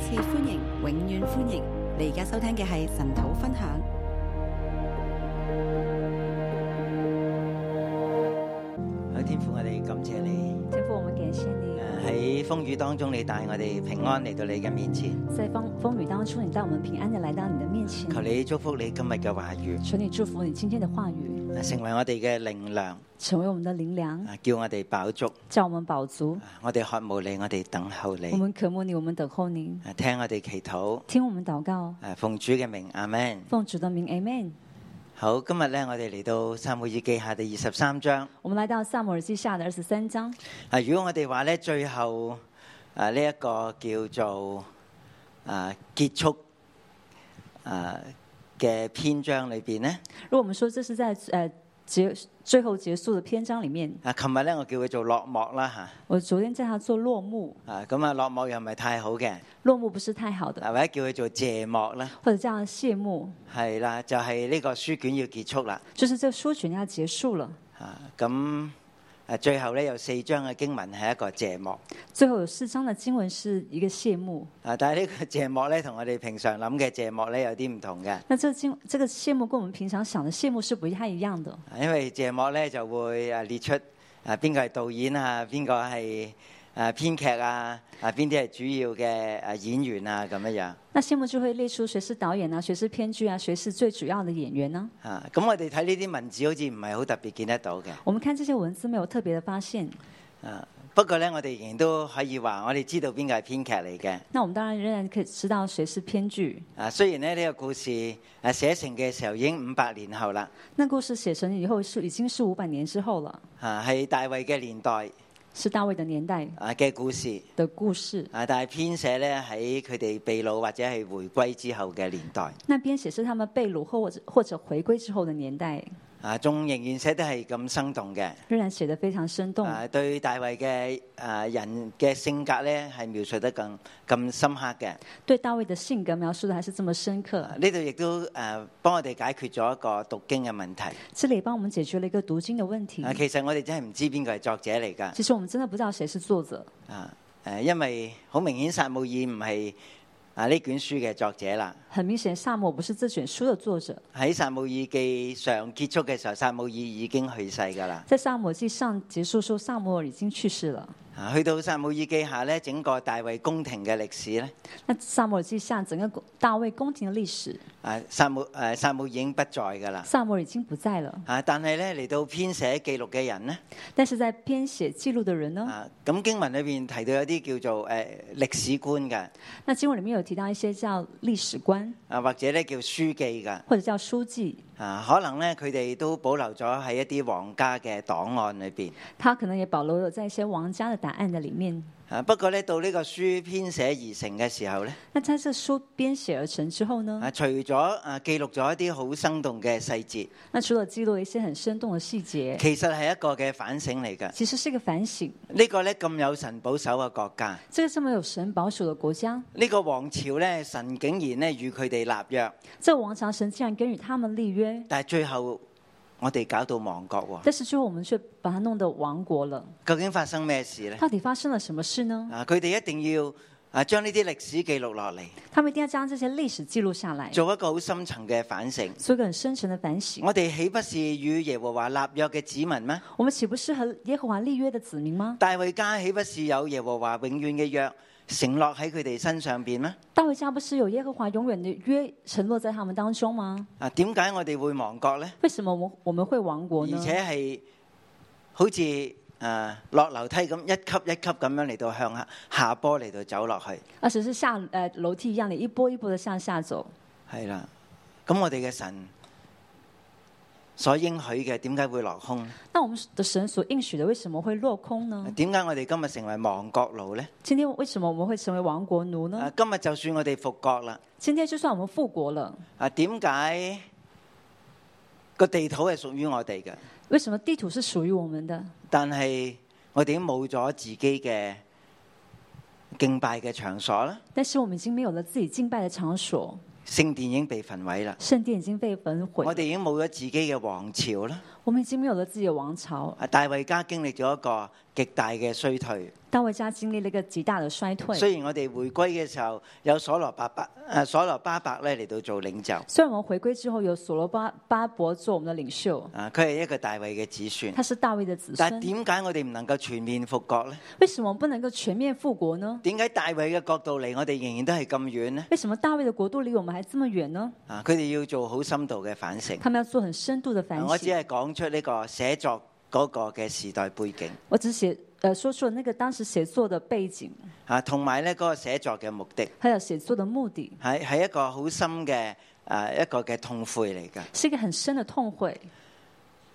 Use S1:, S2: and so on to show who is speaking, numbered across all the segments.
S1: 次歡迎，永遠歡迎！你而家收聽嘅係神土分享。
S2: 喺天父，我哋感謝你。
S3: 天父，我们感谢你，
S2: 誒
S3: 呃
S2: 喺風雨當中，你帶我哋平安嚟到你嘅面前。
S3: 在风风雨当中，你带我们平安的来到你的面前。
S2: 求你祝福你今日嘅話語，
S3: 求你祝福你今天的话语，
S2: 成為我哋嘅靈糧，
S3: 成为我们的灵粮，
S2: 啊叫我哋飽足。
S3: 叫我们饱足。
S2: 啊我哋渴慕你，我哋等候你
S3: 我。们渴慕你，我们等候你，
S2: 啊聽我哋祈禱。
S3: 听我们祷告，
S2: 誒奉主嘅名，阿 man。
S3: 奉主的名，Amen。
S2: 好，今日咧，我哋嚟到撒母耳記下第二十三章。
S3: 我们来到萨姆耳记下的二十三章。
S2: 啊，如果我哋話咧，最後啊呢一個叫做啊結束啊嘅篇章裏邊咧，
S3: 如果我们说这是在呃结最后结束的篇章里面，
S2: 啊，琴日咧我叫佢做落幕啦嚇。
S3: 我昨天叫它做落幕，
S2: 啊，咁啊落幕又唔係太好嘅，
S3: 落幕不是太好的，
S2: 啊或者叫佢做謝幕啦，
S3: 或者叫它谢幕，
S2: 係啦，就係、呢個書卷要結束啦。
S3: 就是这书卷要结束了。
S2: 啊，咁啊最後咧有四章嘅經文係一個謝幕。
S3: 最后有四章的经文是一个谢幕，
S2: 啊，但係呢個謝幕咧同我哋平常諗嘅謝幕咧有啲唔同嘅，
S3: 那这经这个谢幕跟我们平常想的谢幕是不太一样的。
S2: 啊因為謝幕咧就會啊列出啊邊個係導演啊，邊個係啊編劇啊，啊邊啲係主要嘅啊演員啊咁樣樣。
S3: 那谢幕就会列出谁是导演啊，谁是编剧啊，谁是最主要的演员呢、
S2: 啊，咁我哋睇呢啲文字好似唔係好特別見得到嘅。
S3: 我们看这些文字没有特别的发现，
S2: 啊，不過咧，我哋仍然都可以話，我哋知道邊個係編劇嚟嘅。
S3: 那我们当然仍然可以知道谁是编剧。
S2: 啊，雖然咧呢、呢個故事啊寫成嘅時候已經五百年後啦，
S3: 那故事写成以后是已经是五百年之后了，
S2: 啊係大衛嘅年代
S3: 是大卫的年代
S2: 啊嘅故事，
S3: 的故事。
S2: 啊但係編寫咧喺佢哋被擄或者係回歸之後嘅年代，
S3: 那编写是他们被掳或者或者回归之后的年代，
S2: 啊仲仍然寫得係咁生動嘅。
S3: 仍然写得非常生动，
S2: 啊，對大衛嘅啊人嘅性格咧係描述得更咁深刻嘅。
S3: 对大卫的性格描述的还是这么深刻
S2: 啊。呢度亦都誒幫我哋解決咗一個讀經嘅問題。
S3: 这里帮我们解决了一个读经的问题
S2: 啊，。其實我哋真係唔知邊個係作者嚟㗎。
S3: 其实我们真的不知道谁是作者，
S2: 啊，誒，因為好明顯撒母耳唔係啊呢卷書嘅作者啦。
S3: 很明显，萨摩不是这卷书的作者。
S2: 喺撒母耳記上結束嘅時候，撒母耳已經去世㗎啦。
S3: 在萨摩记上结束时候，萨摩尔已经去世了。
S2: 啊，去到撒母耳記下咧，整個大衛宮廷嘅歷史咧，
S3: 那萨摩尔记下整个大卫宫廷的历史，
S2: 啊撒母誒撒母耳已經不在㗎啦。
S3: 萨摩尔已经不在了。
S2: 啊，但係咧嚟到編寫記錄嘅人咧，
S3: 但是在编写记录的人呢？
S2: 啊咁經文裏邊提到有啲叫做誒、歷史觀嘅，
S3: 那经文里面有提到一些叫历史观
S2: 啊或者咧叫書記㗎。
S3: 或者叫书记，
S2: 啊，可能咧佢哋都保留咗喺一啲皇家嘅檔案裏邊。
S3: 他可能也保留了在一些王家的答案的里面。
S2: 啊，不過咧，到呢個書編寫而成嘅時候咧，
S3: 那在这书编写而成之后呢？
S2: 啊，除咗啊記錄咗一啲好生動嘅細節，
S3: 那除了记录一些很生动的细节，
S2: 其實係一個嘅反省嚟嘅。
S3: 其实是一个反省。
S2: 呢、個咧咁有神保守嘅國家，
S3: 这个这么有神保守的国家，
S2: 呢、個王朝咧，神竟然咧與佢哋立約，
S3: 这王朝神竟然给予他们立约，
S2: 但係最後我哋搞到亡國喎。
S3: 但是最后我们却把它弄得亡国了。
S2: 究竟發生咩事咧？
S3: 到底发生了什么事呢？
S2: 啊，佢哋一定要啊將呢啲歷史記錄落嚟，
S3: 他们一定要将这些历史记录下来，
S2: 做一個好深層嘅反省。
S3: 做一个很深沉的反省。
S2: 我哋岂不是與耶和華立約嘅子民咩？
S3: 我们岂不是和耶和华立约的子民吗？
S2: 大衛家岂不是有耶和華永遠嘅約承諾喺佢哋身上邊咩？
S3: 大卫家不是有耶和华永远的约承诺在他们当中吗？
S2: 啊，點解我哋會亡國呢？
S3: 为什么我我们会亡国
S2: 而
S3: 呢？
S2: 且係好似誒、呃落樓梯咁一級一級咁樣嚟到向下下坡嚟到走落去，
S3: 而且是下呃楼梯一样的，一波一波的向下走。
S2: 係啦。咁我哋嘅神所應許嘅點解會落空呢？
S3: 那我们的神所應許的，为什么会落空呢？
S2: 點解我哋今日成為亡國奴呢？
S3: 今天为什么我们会成為亡国奴呢
S2: 啊？，今日就算我哋復國啦，
S3: 今天就算我們復國了，
S2: 啊，點解個地土係屬於我哋嘅？
S3: 为什么地土是屬於我們的？
S2: 但係我哋已經冇咗自己嘅敬拜嘅場所啦，
S3: 但是我們已經沒有了自己敬拜的場所，
S2: 聖殿已經被焚毀啦，
S3: 聖殿已經被焚毀，
S2: 我
S3: 我
S2: 哋已經冇咗自己嘅王朝啦，
S3: 我们已经没有了自己的王朝，
S2: 啊大衛家經歷咗一個極大嘅衰退。
S3: 大卫家经历了一个极大的衰退。
S2: 雖然我哋回歸嘅時候有所羅伯伯啊所羅巴伯咧嚟到做領袖，
S3: 虽然我们回归之后有所罗巴巴伯做我们的领袖，
S2: 啊佢係一個大衛嘅子孫，
S3: 他是大卫的子
S2: 但係
S3: 孙，
S2: 點解我哋唔能夠全面復國呢？
S3: 为什么不能够全面复国呢？
S2: 點解大衛嘅角度嚟，我哋仍然都係咁遠呢？
S3: 为什么大卫的国度离我们还这么远呢？
S2: 啊，佢哋要做好深度嘅反省。
S3: 他们要做很深度的反
S2: 啊我只
S3: 省。
S2: 係講出呢個寫作嗰個嘅時代背景
S3: 我只写呃说出了那个当时写作的背景，
S2: 啊，同埋咧嗰個寫作嘅目的
S3: 还有写作的目的，
S2: 係係一個好深嘅啊一個嘅痛悔嚟㗎。
S3: 是一个很深的痛悔。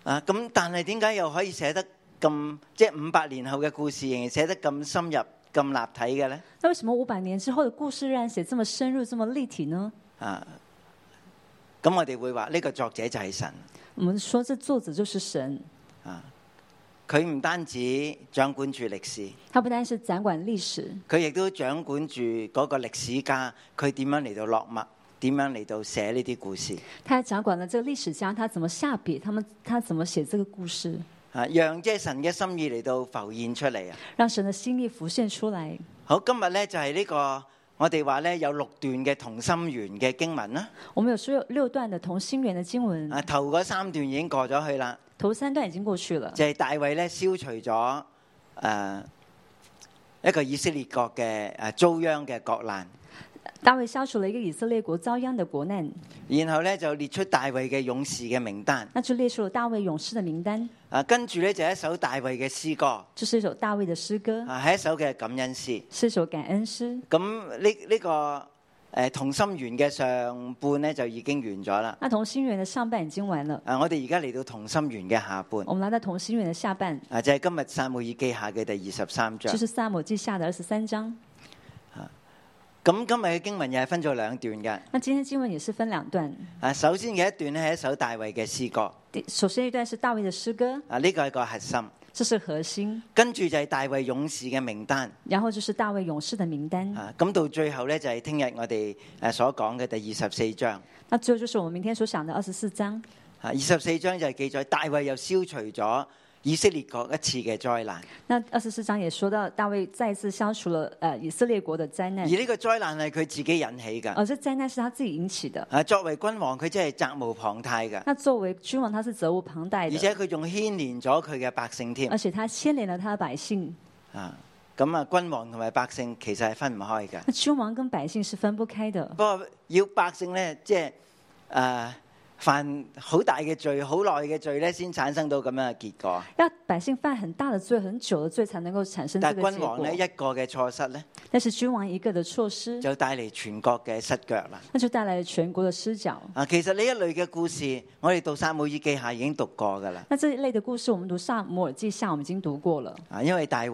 S2: 啊，咁但係點解又可以寫得咁即係五百年後嘅故事，仍然寫得咁深入、咁立體嘅咧？
S3: 那为什么五百年之后的故事仍然写这么深入、这么立体呢？
S2: 啊，咁我哋會話呢個作者就係神
S3: 我们说这作者就是神，
S2: 啊，佢唔單止掌管住歷史，
S3: 他不单是掌管历史，
S2: 佢亦都掌管住嗰個歷史家，佢點樣嚟到落墨，點樣嚟到寫呢啲故事
S3: 他还掌管了这个历史家他怎么下笔，他们他怎么写这个故事，
S2: 啊，讓即係神嘅心意嚟到浮現出嚟啊！
S3: 让神的心意浮现出来。
S2: 好，今日咧就係呢、個我哋話咧有六段嘅同心圓嘅經文啦，
S3: 我们有所有六段的同心圆的经文，
S2: 啊頭嗰三段已經過咗去啦。
S3: 头三段已经过去了，
S2: 就係大衛咧消除咗誒、呃一個以色列國嘅誒遭殃嘅國難，
S3: 大卫消除了一个以色列国遭殃的国难，
S2: 然後咧就列出大衛嘅勇士嘅名單。
S3: 那就列出了大卫勇士的名单，
S2: 啊，跟住咧就一首大衛嘅詩歌，
S3: 这是一首大卫的诗歌，
S2: 啊係一首嘅感恩詩。
S3: 是一首感恩诗。
S2: 咁呢呢個誒、呃同心圓嘅上半咧就已經完咗啦。
S3: 那同心圆的上半已经完了，
S2: 啊，我哋而家嚟到同心圓嘅下半，
S3: 我们来到同心圆的下半，
S2: 啊就係、今日撒母耳記下嘅第二十三章
S3: 就。是萨姆记下的二十三章。
S2: 咁今日嘅經文又係分咗兩段嘅。
S3: 那今天经文也是分两段，
S2: 啊，首先嘅一段咧係一首大衛嘅詩歌，
S3: 第首先一段是大卫的诗歌，
S2: 啊呢個係個核心。
S3: 这是核心，
S2: 跟住就係大衛勇士嘅名單
S3: 然后就是大卫勇士的名单。
S2: 啊，咁到最後呢，就係聽日我哋诶所講嘅第二十四章
S3: 那最后就是我们明天所想的二十四章。
S2: 啊，二十四章就係記載大衛又消除咗以色列國一次嘅災難，
S3: 那二十四章也说到大卫再次消除了呃以色列国的灾
S2: 而
S3: 难，
S2: 呢個災難係佢自己引起㗎。
S3: 而这灾难是他自己引起的。
S2: 啊，作為君王佢真係責無旁貸㗎，
S3: 那作为君王，他是责无旁贷
S2: 而
S3: 的，
S2: 且佢仲牽連咗佢嘅百姓添
S3: 而且他牵连了他的百姓。
S2: 啊。咁啊，君王同埋百姓其實係分唔開㗎。
S3: 那君王跟百姓是分不开的
S2: 不。過要百姓呢，即係诶犯好大嘅罪、好耐嘅罪呢，先產生到咁樣嘅結果。
S3: 要百姓犯很大的罪、很久的罪，才能够产生
S2: 但
S3: 这
S2: 系
S3: 个
S2: 君
S3: 结果
S2: 王。呢，一個嘅錯失呢，
S3: 但是君王一个的措施，
S2: 就帶嚟全國嘅失腳啦。
S3: 那就带来了全国的失脚。
S2: 啊，其實呢一類嘅故事，我哋讀撒母耳記下已經讀過噶啦。
S3: 那这一类的故事，我们读萨摩尔记下，我们已经读过了。
S2: 啊，因為大衛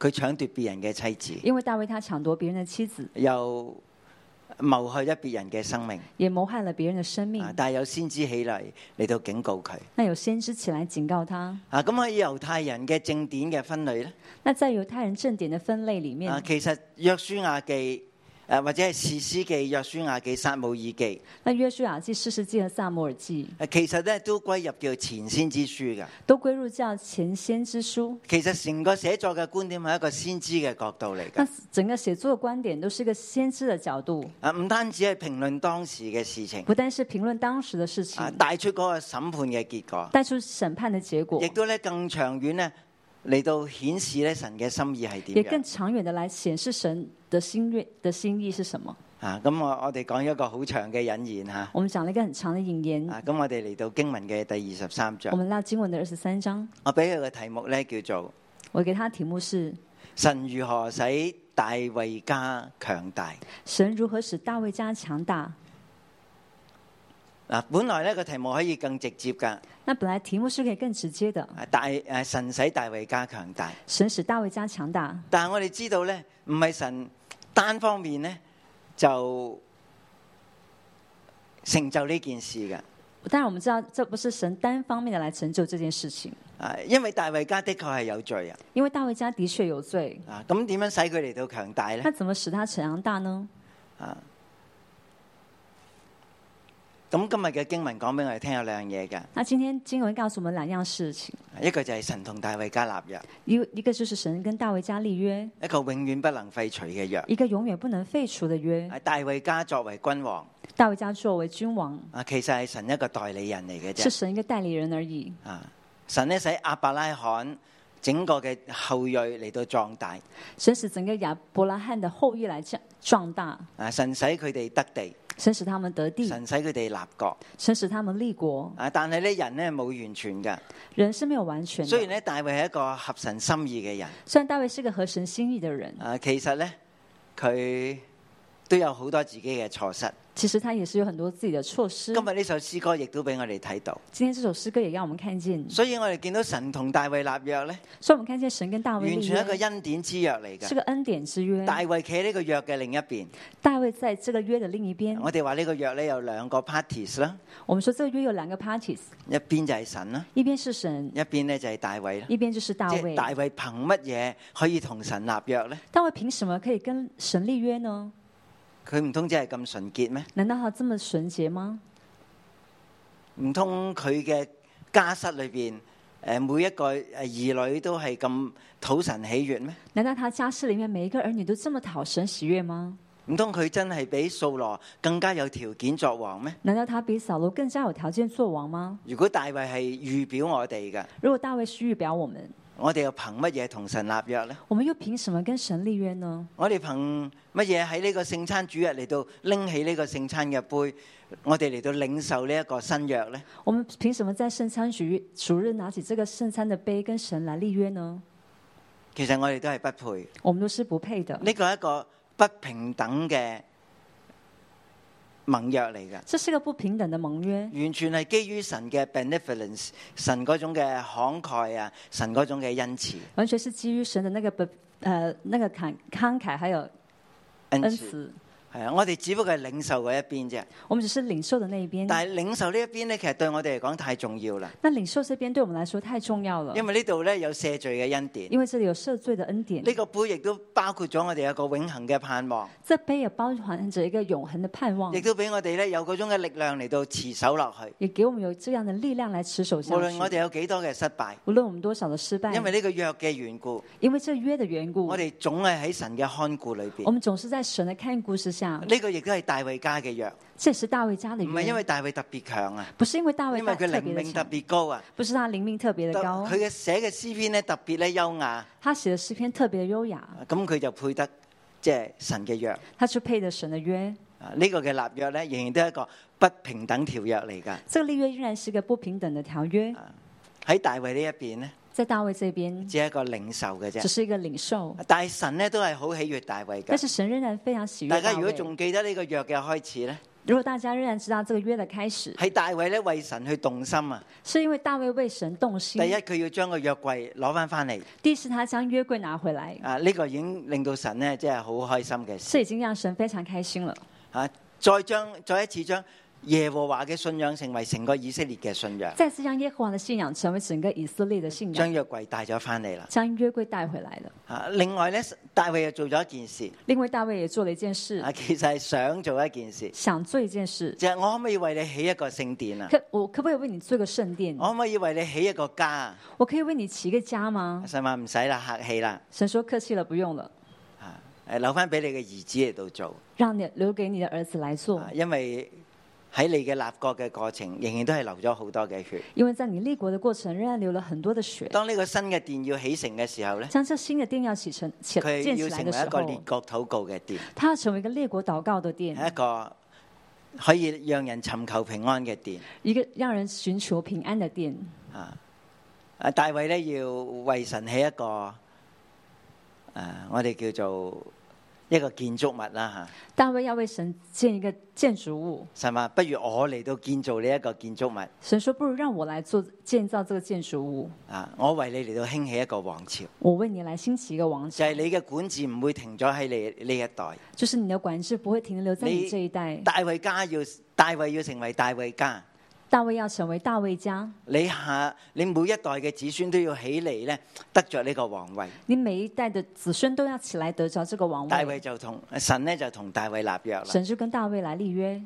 S2: 佢搶奪別人嘅妻子，
S3: 因为大卫他抢夺别人的妻子，
S2: 又謀害咗別人嘅生命。
S3: 也谋害了别人的生命
S2: 啊，。但係有先知起嚟嚟到警告佢。
S3: 那有先知起来警告他。
S2: 啊，咁喺猶太人嘅正典嘅分類呢，
S3: 那在犹太人正典的分类里面，
S2: 啊，其實約書亞記。誒啊或者係士師記、約書亞記、撒母耳記，
S3: 那约书亚记、士师记和萨摩尔记
S2: 啊其實咧都歸入叫前先知書嘅。
S3: 都归入叫前先之书。
S2: 其實成個寫作嘅觀點係一個先知嘅角度嚟
S3: 那
S2: 㗎。
S3: 整个写作的观点都是一个先知的角度，
S2: 啊，唔單止係評論當時嘅事情，
S3: 不但是评论当时的事情
S2: 啊，，帶出嗰個審判嘅結果，
S3: 带出审判的结果
S2: 亦，都咧更長遠咧嚟到顯示咧神嘅心意係
S3: 也
S2: 點樣。
S3: 更长远的来显示神的心愿的心意是什么。
S2: 啊，咁我我哋講一個好長嘅引言吓。
S3: 我们讲了一个很长的引言，
S2: 啊，咁啊我哋嚟到經文嘅第二十三
S3: 我
S2: 章，
S3: 们拉经文的二十三章，
S2: 我俾佢嘅題目咧叫做
S3: 我给它的题目是
S2: 神如何使大衛家強大。
S3: “神如何使大卫家强大
S2: 嗱、本來呢個題目可以更直接㗎，”。
S3: 那本来题目是可以更直接的，
S2: 啊大诶神使大衛家強大。
S3: 神使大卫家强大。
S2: 但系我哋知道咧，唔係神單方面咧就成就呢件事嘅。
S3: 当然，我们知道这不是神单方面的来成就这件事情，
S2: 啊，因為大衛家的確係有罪啊。
S3: 因为大卫家的确有罪。
S2: 啊，咁點樣使佢嚟到強大啊咧
S3: 那？怎么使他强大呢？
S2: 咁今日嘅經文講俾我哋聽有兩樣嘢嘅，
S3: 那今天经文告诉我们两样事情，
S2: 一個就係神同大衛加立約，
S3: 一一个就是神跟大卫家立约，
S2: 一個永遠不能廢除嘅約。
S3: 一个永远不能废除的约。
S2: 啊大衛家作為君王，
S3: 大卫家作为君王，
S2: 啊，其實係神一個代理人嚟嘅
S3: 是
S2: 啫。
S3: 神一个代理人而已。
S2: 啊，神咧使亞伯拉罕整個嘅後裔嚟到壯大，
S3: 神使整个亚伯拉罕的后裔来壮壮大，
S2: 啊，神使佢哋得地，
S3: 神使他们得地，
S2: 神使佢哋立國。
S3: 神使他们立国。
S2: 啊，但係咧人咧冇完全嘅，
S3: 人是没有完全的，
S2: 雖然咧大衛係一個合神心意嘅人，
S3: 虽然大卫是个合神心意的人，
S2: 啊，其實咧佢都有好多自己嘅錯失。
S3: 其实他也是有很多自己的措施。
S2: 今日呢首詩歌亦都俾我哋睇到，
S3: 今天这首诗歌也让我们看见，
S2: 所以我哋見到神同大衛立約咧，
S3: 所以我们看见神跟大卫
S2: 完
S3: 立
S2: 全一個
S3: 约
S2: 恩典之約嚟
S3: 是
S2: 嘅。
S3: 个恩典之约。
S2: 大衛企喺呢個約嘅另一邊，
S3: 大卫在这个约的另一边，
S2: 我哋話呢個約咧有兩個 parties 啦，
S3: 我们说这个约有两个 parties，
S2: 一邊就係神啦。
S3: 一边是神，
S2: 一邊咧就係大衛啦，
S3: 一边就是大
S2: 即係
S3: 卫。
S2: 嗯大衛憑乜嘢可以同神立約呢？
S3: 大卫凭什么可以跟神立约呢？
S2: 佢唔通真係咁純潔咩？
S3: 难道他这么纯洁吗？
S2: 唔通佢嘅家室裏边诶每一個诶兒女都係咁討神喜悦咩？
S3: 难道他家室里面每一个儿女都这么讨神喜悦吗？
S2: 唔通佢真係比掃羅更加有條件作王咩？
S3: 难道他比扫罗更加有条件做王吗？
S2: 如果大衛係預表我哋嘅，
S3: 如果大卫是预表我们，
S2: 我哋又憑乜嘢同神立約呢？
S3: 我们又凭什么跟神立约呢？
S2: 我哋憑乜嘢喺呢個聖餐主日嚟到拎起呢個聖餐嘅杯，我哋嚟到領受呢一個新約呢？
S3: 我们凭什么在圣餐主日主日拿起这个圣餐的杯跟神来立约呢？
S2: 其實我哋都係不配。
S3: 我们都是不配的，
S2: 呢個係一個不平等嘅盟約嚟噶，
S3: 这是个不平等的盟约，
S2: 完全係基於神嘅 benevolence，神嗰種嘅慷慨啊，神嗰種嘅恩慈，
S3: 完全是基于神的那个本呃那个慷慷慨还有
S2: 恩
S3: 恩
S2: 慈
S3: 慈，
S2: 係啊，我哋只不過係領受嗰一邊啫，
S3: 我们只是领受的那一边。
S2: 但係領受呢一邊咧，其實對我哋嚟講太重要啦，
S3: 那领受这边对我们来说太重要了，
S2: 因為呢度咧有赦罪嘅恩典，
S3: 因为这里有赦罪的恩典
S2: 呢、，個杯亦都包括咗我哋有個永恒嘅盼望，
S3: 这杯也包含着一个永恒的盼望
S2: 亦，都俾我哋咧有嗰種嘅力量嚟到持守落去，
S3: 也给我们有这样的力量来持守下
S2: 無論我
S3: 去。
S2: 哋有幾多嘅失敗，
S3: 无论我们多少的失败，
S2: 因為呢個約嘅緣故，
S3: 因为这约的缘故
S2: 我，哋總係喺神嘅看顧裏邊
S3: 我。们总是在神的看顾之下。
S2: 呢個亦都係大衛家嘅約，
S3: 这也是大卫家的
S2: 唔係因
S3: 约，
S2: 為大衛特別強啊，
S3: 不是因为大卫
S2: 因為佢
S3: 大特
S2: 靈
S3: 别的
S2: 命特
S3: 强，
S2: 別高啊，
S3: 不是他灵命特别的
S2: 特
S3: 高
S2: 佢，嘅寫嘅詩篇咧特別咧優雅，
S3: 他写的诗篇特别优雅，
S2: 咁佢就配得即係神嘅約。
S3: 他就配得神的约。
S2: 啊呢、個嘅立約咧，仍然都係一個不平等條約嚟㗎。
S3: 这个立约依然是个不平等的条约，
S2: 啊喺大衛呢一邊咧，
S3: 在大卫这边
S2: 只係一個領受嘅
S3: 只
S2: 啫。
S3: 是一个领受，
S2: 但係神咧都係好喜悅大衛
S3: 但
S2: 㗎。
S3: 是神仍然非常喜
S2: 大
S3: 悦
S2: 家
S3: 大
S2: 如果
S3: 卫。
S2: 仲記得呢個約嘅開始咧，
S3: 如果大家仍然知道这个约的开始，
S2: 係大衛咧為神去動心啊。
S3: 是因为大卫为神动心
S2: 第。一，佢要將個約櫃攞翻翻嚟，
S3: 第一是他将约柜拿回来，
S2: 啊呢、個已經令到神咧即係好開心嘅事。
S3: 这已经让神非常开心了。
S2: 啊，再將再一次將耶和華嘅信仰成為成個以色列嘅信仰，
S3: 再次让耶和华的信仰成为整个以色列的信仰，
S2: 將約櫃帶咗翻嚟啦。
S3: 将约柜带回来了。
S2: 啊，另外咧，大衛又做咗一件事，
S3: 另外，大卫也做了一件事
S2: 啊，，其實係想做一件事，
S3: 想做一件事，
S2: 就係我可唔可以為你起一個聖殿啊？
S3: 可我可不可以为你做个圣殿？
S2: 我可唔可以為你起一個家啊？
S3: 我可以为你起个家吗？
S2: 神話唔使啦，客氣啦，
S3: 神说客气了，不用了，
S2: 啊，誒留翻俾你嘅兒子嚟到做，
S3: 让你留给你的儿子来做
S2: 啊，因為喺你嘅立國嘅過程，仍然都係流咗好多嘅血。
S3: 因为在你立国的过程仍然流了很多的血。
S2: 當呢個新嘅殿要起成嘅時候咧，
S3: 将这新的殿要起成起
S2: 佢
S3: 建起
S2: 要
S3: 来
S2: 成
S3: 的
S2: 為
S3: 时
S2: 一個列
S3: 候，
S2: 國禱告嘅殿。
S3: 它要成为一个列国祷告的殿，
S2: 係一個可以讓人尋求平安嘅殿。
S3: 一个让人寻求平安的殿。
S2: 啊，大衛咧要為神起一個诶、啊我哋叫做一個建築物啦吓、啊
S3: 大卫要为神建一个建筑物，
S2: 神話不如我嚟到建造呢一個建築物
S3: 神说：“不如让我来做建造这个建筑物，
S2: 啊，我為你嚟到興起一個王朝，
S3: 我为你来兴起一个王
S2: 就
S3: 朝
S2: 係，你嘅管治唔會停咗喺你呢一代。
S3: 就是你的管制不会停留在
S2: 你
S3: 你这一代。
S2: 大衛家要大衛要成為大衛家。
S3: 大卫要成为大卫家，
S2: 你下你每一代嘅子孫都要起嚟咧，得着呢個皇位。
S3: 你每一代的子孙都要起来得着这个王
S2: 大衛
S3: 位。
S2: 嗯就同神咧就同大衛立約啦。
S3: 神就跟大卫来立约，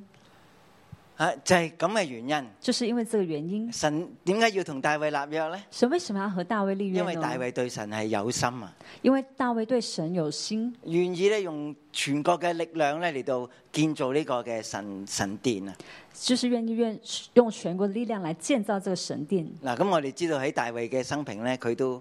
S2: 啊，啊，就係咁嘅原
S3: 就是因为这个原因
S2: 因。。神點解要同大衛立約呢？
S3: 神为什么要和大卫立约
S2: 因
S3: 呢？
S2: 為大衛對神係有心啊，
S3: 因为大卫对神有心，
S2: 願意咧用全國嘅力量咧嚟到建造呢個嘅神神殿啊。
S3: 就是愿意愿用全国的力量来建造这个神殿。
S2: 嗱，咁我哋知道喺大衛嘅生平咧，佢都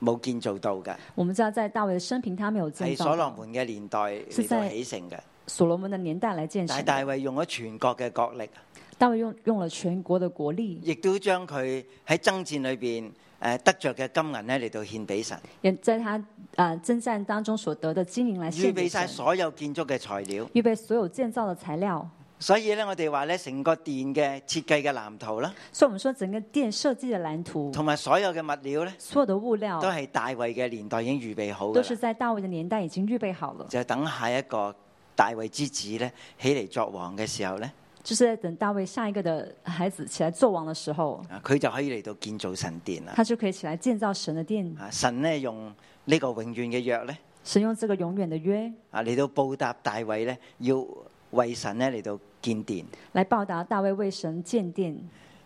S2: 冇建造到嘅，
S3: 我们知道，在大卫的生平，他没有建
S2: 係
S3: 造
S2: 所羅門嘅年代嚟到起成嘅。
S3: 所罗门的年代来建
S2: 但係
S3: 成。
S2: 大衛用咗全國嘅國力，
S3: 大卫用用了全国的国力，
S2: 亦都將佢喺爭戰裏边诶得着嘅金銀咧嚟到獻俾神，
S3: 也在他呃征战当中所得的金银来
S2: 預
S3: 献给
S2: 備晒
S3: 啊神，
S2: 所有建築嘅材料。
S3: 预备所有建造的材料。
S2: 所以咧，我哋話咧，成個殿嘅設計嘅藍圖啦，
S3: 所以，我们说整个殿设计的蓝图，
S2: 同埋所有嘅物料咧，
S3: 所有的物料
S2: 都係大衛嘅年代已經預備好
S3: 哦都
S2: 嘅
S3: 是
S2: 啦，
S3: 在大卫的年代已经预备好了，
S2: 就等下一個大衛之子咧起嚟作王嘅時候咧，
S3: 就是在等大卫下一个的孩子起来做王的时候，
S2: 啊佢就可以嚟到建造神殿啦。
S3: 他就可以起来建造神的殿。
S2: 啊，神咧用呢個永遠嘅約咧，
S3: 神用这个永远的约
S2: 啊嚟到報答大衛咧，要為神咧嚟到建殿。
S3: 来报答大卫为神建殿。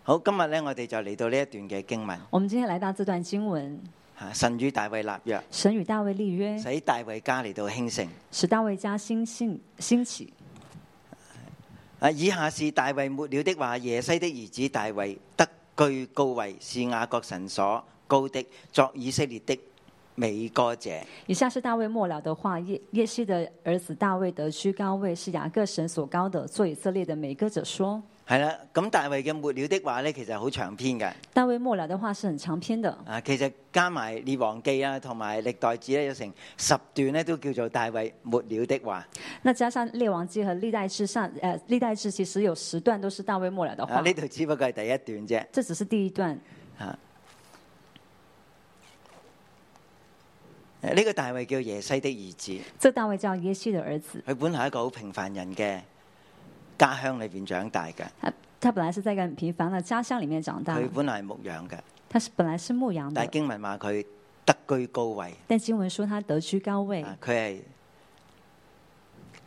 S2: 好，今日咧我哋就嚟到呢一段嘅經文，
S3: 我们今天来到这段经文，
S2: 啊神與大衛立約，
S3: 神与大卫立约，
S2: 使大衛家嚟到興盛。
S3: 使大卫家兴兴兴起。
S2: 啊，以下是大衛末了的話：耶西的兒子大衛得居高位，是雅各神所高的，作以色列的美歌者。
S3: 以下是大卫末了的话：耶耶西的儿子大卫得居高位，是雅各神所高的，做以色列的美歌者说。
S2: 係啦，咁大衛嘅末了的話呢，其實好長篇嘅。
S3: 大卫末了的话是很长篇的，
S2: 啊，其實加埋列王記啊，同埋歷代志咧，有成十段咧，都叫做大衛末了的話。
S3: 那加上列王记和历代志上，呃，历代志其实有十段都是大卫末了的
S2: 啊，
S3: 话
S2: 呢，度只不過係第一段啫。
S3: 这只是第一段。
S2: 啊，誒呢、個大衛叫耶西的兒子，
S3: 这大卫叫耶西的儿子，
S2: 佢本來係一個好平凡人嘅家鄉裏边長大嘅。
S3: 他他本来是在一个很平凡的家乡里面长大
S2: 佢，本來係牧羊嘅，
S3: 他是本来是牧羊
S2: 但
S3: 的
S2: 係，經文話佢得居高位，
S3: 但经文说他得居高位，
S2: 啊佢係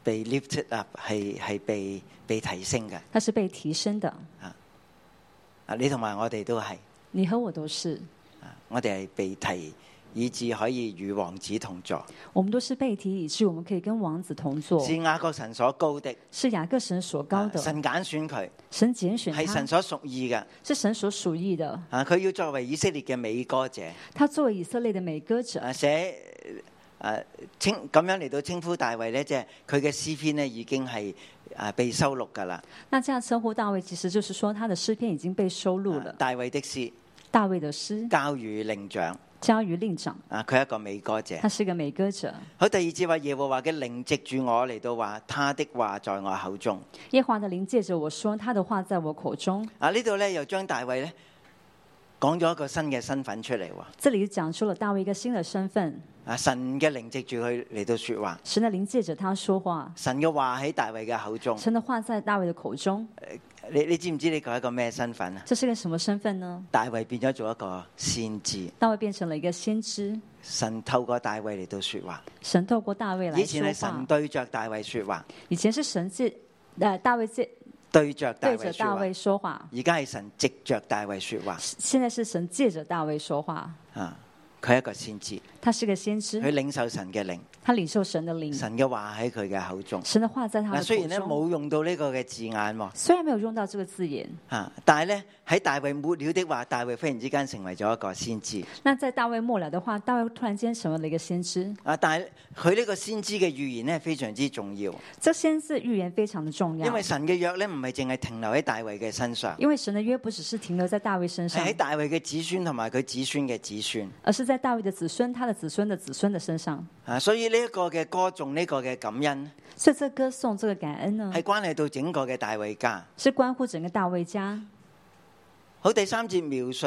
S2: 被 lifted up，係係被被提升嘅。
S3: 他是被提升的。
S2: 啊，你同埋我哋都係，
S3: 你和我都是，
S2: 啊我哋係被提，以致可以與王子同坐，
S3: 我们都是被提，以致我们可以跟王子同坐，
S2: 是雅各神所高的，
S3: 是雅各神所哦高
S2: 啊
S3: 的，
S2: 神揀選佢，
S3: 神拣选
S2: 係
S3: 他
S2: 神，所屬意嘅。
S3: 是神所属意的。
S2: 啊，佢要作為以色列嘅美歌者，
S3: 他作为以色列的美歌者，
S2: 啊寫啊稱咁樣嚟到稱呼大衛呢，即係佢嘅詩篇呢已經係啊被收錄㗎啦，
S3: 那这样称呼大卫，其实就是说他的诗篇已经被收录
S2: 啊
S3: 了。
S2: 大衛的詩。
S3: 大卫的诗
S2: 交與令長
S3: 交于令长，
S2: 啊，佢係一個美歌者。
S3: 他是个美歌者。
S2: 好，第二節話耶和華嘅靈藉住我嚟到話，他的話在我口中。
S3: 耶和华的灵借着我说，他的话在我口中。
S2: 啊，呢度咧又將大衛咧講咗一個新嘅身份出嚟喎。
S3: 这里讲出了大卫一个新的身份，
S2: 啊，神嘅靈藉住佢嚟到说話，
S3: 神的灵借着他说话，
S2: 神嘅話喺大衛嘅口中。
S3: 神的话在大卫的口中。
S2: 你你知唔知呢個係一個咩身份啊？
S3: 这是个什么身份呢？
S2: 大衛變咗做一個先知，
S3: 大卫变成了一个先知，
S2: 神透過大衛嚟到说話。
S3: 神透过大卫来
S2: 以前係
S3: 说
S2: 神
S3: 话。
S2: 對着大衛说話，
S3: 以前是神借，呃，大卫借
S2: 對着大
S3: 对着
S2: 衛说
S3: 大
S2: 話。
S3: 卫说话，
S2: 而家係神藉着大衛说話。
S3: 现在是神借着大卫说话。
S2: 啊，佢係一個先知。
S3: 他是个先
S2: 佢
S3: 知，
S2: 領受神嘅靈，
S3: 他领受神的灵，
S2: 哎神嘅話喺佢嘅口中。
S3: 神的话在他
S2: 嗱，
S3: 的
S2: 雖然咧
S3: 口中。
S2: 冇用到呢個嘅字眼喎，
S3: 虽然没有用到这个字眼，
S2: 吓，但係咧喺大衛末了的話，大衛忽然之間成為咗一個先知。
S3: 那在大卫末了的话，大卫突然间成为了一个先知。
S2: 啊，但係佢呢個先知嘅預言咧非常之重要，
S3: 这先知预言非常的重要，
S2: 因為神嘅約咧唔係淨係停留喺大衛嘅身上，
S3: 因为神的约不只是停留在大卫身上
S2: 係，喺大衛嘅子孫同埋佢子孫嘅子孫。
S3: 而是在大卫的子孙、他的子孙的子孙的身上。
S2: 啊，所以呢一個嘅歌頌，呢個嘅感恩，
S3: 所以这歌颂、这个感恩呢，
S2: 係關係到整個嘅大衛家。
S3: 是关乎整个大卫家。
S2: 好，第三節描述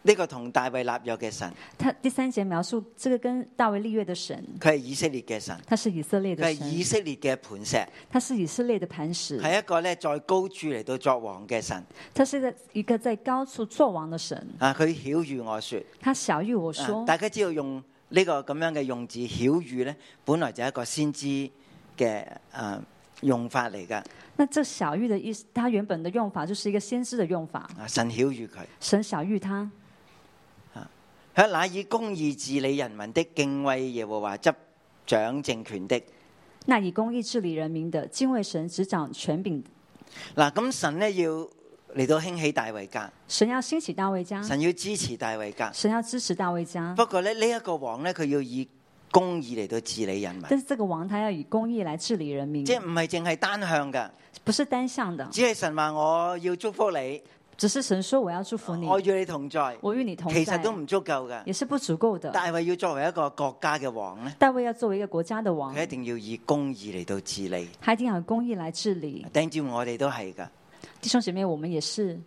S2: 呢個同大衛立約嘅神，
S3: 他第三节描述这个跟大卫立约的神，
S2: 佢係以色列嘅神，
S3: 他是以色列
S2: 佢
S3: 的
S2: 係以
S3: 神，
S2: 色列哎嘅磐石。
S3: 他是以色列的磐石，
S2: 係一個咧在高處嚟到作王嘅神
S3: 他是在一个在高处作王的神。
S2: 啊！佢曉喻我說，
S3: 他小于我
S2: 啊
S3: 说，
S2: 大家知道用呢個咁樣嘅用字曉喻咧，本來就係一個先知嘅啊用法嚟噶。
S3: 那这小玉的意思，它原本的用法就是一个先知的用法，
S2: 啊，神曉喻佢，
S3: 神小玉他，
S2: 佢乃以公義治理人民的，敬畏耶和華執掌政權的。
S3: 那以公义治理人民的，敬畏神执掌权柄，
S2: 嗱，咁神呢要嚟到興起大衛家，
S3: 神要兴起大卫家，
S2: 神要支持大衛家。
S3: 神要支持大卫家。
S2: 不過咧，呢、一個王呢，佢要以公義嚟到治理人民，
S3: 但是这个王他要以公义来治理人民
S2: 即，係唔係淨係單向噶，
S3: 不是单向的，
S2: 只係神話我要祝福你，
S3: 只是神说我要祝福你，
S2: 我與你同在，
S3: 我与你同
S2: 哦其實
S3: 在
S2: 都，唔足夠噶。
S3: 也是不足够的。
S2: 大衛要作為一個國家嘅王呢，
S3: 大卫要作为一个国家的王
S2: 佢，一定要以公義嚟到治理。
S3: 他一定要有公义来治理。
S2: 頂住我哋都係噶，
S3: 弟兄姐妹，我们也是，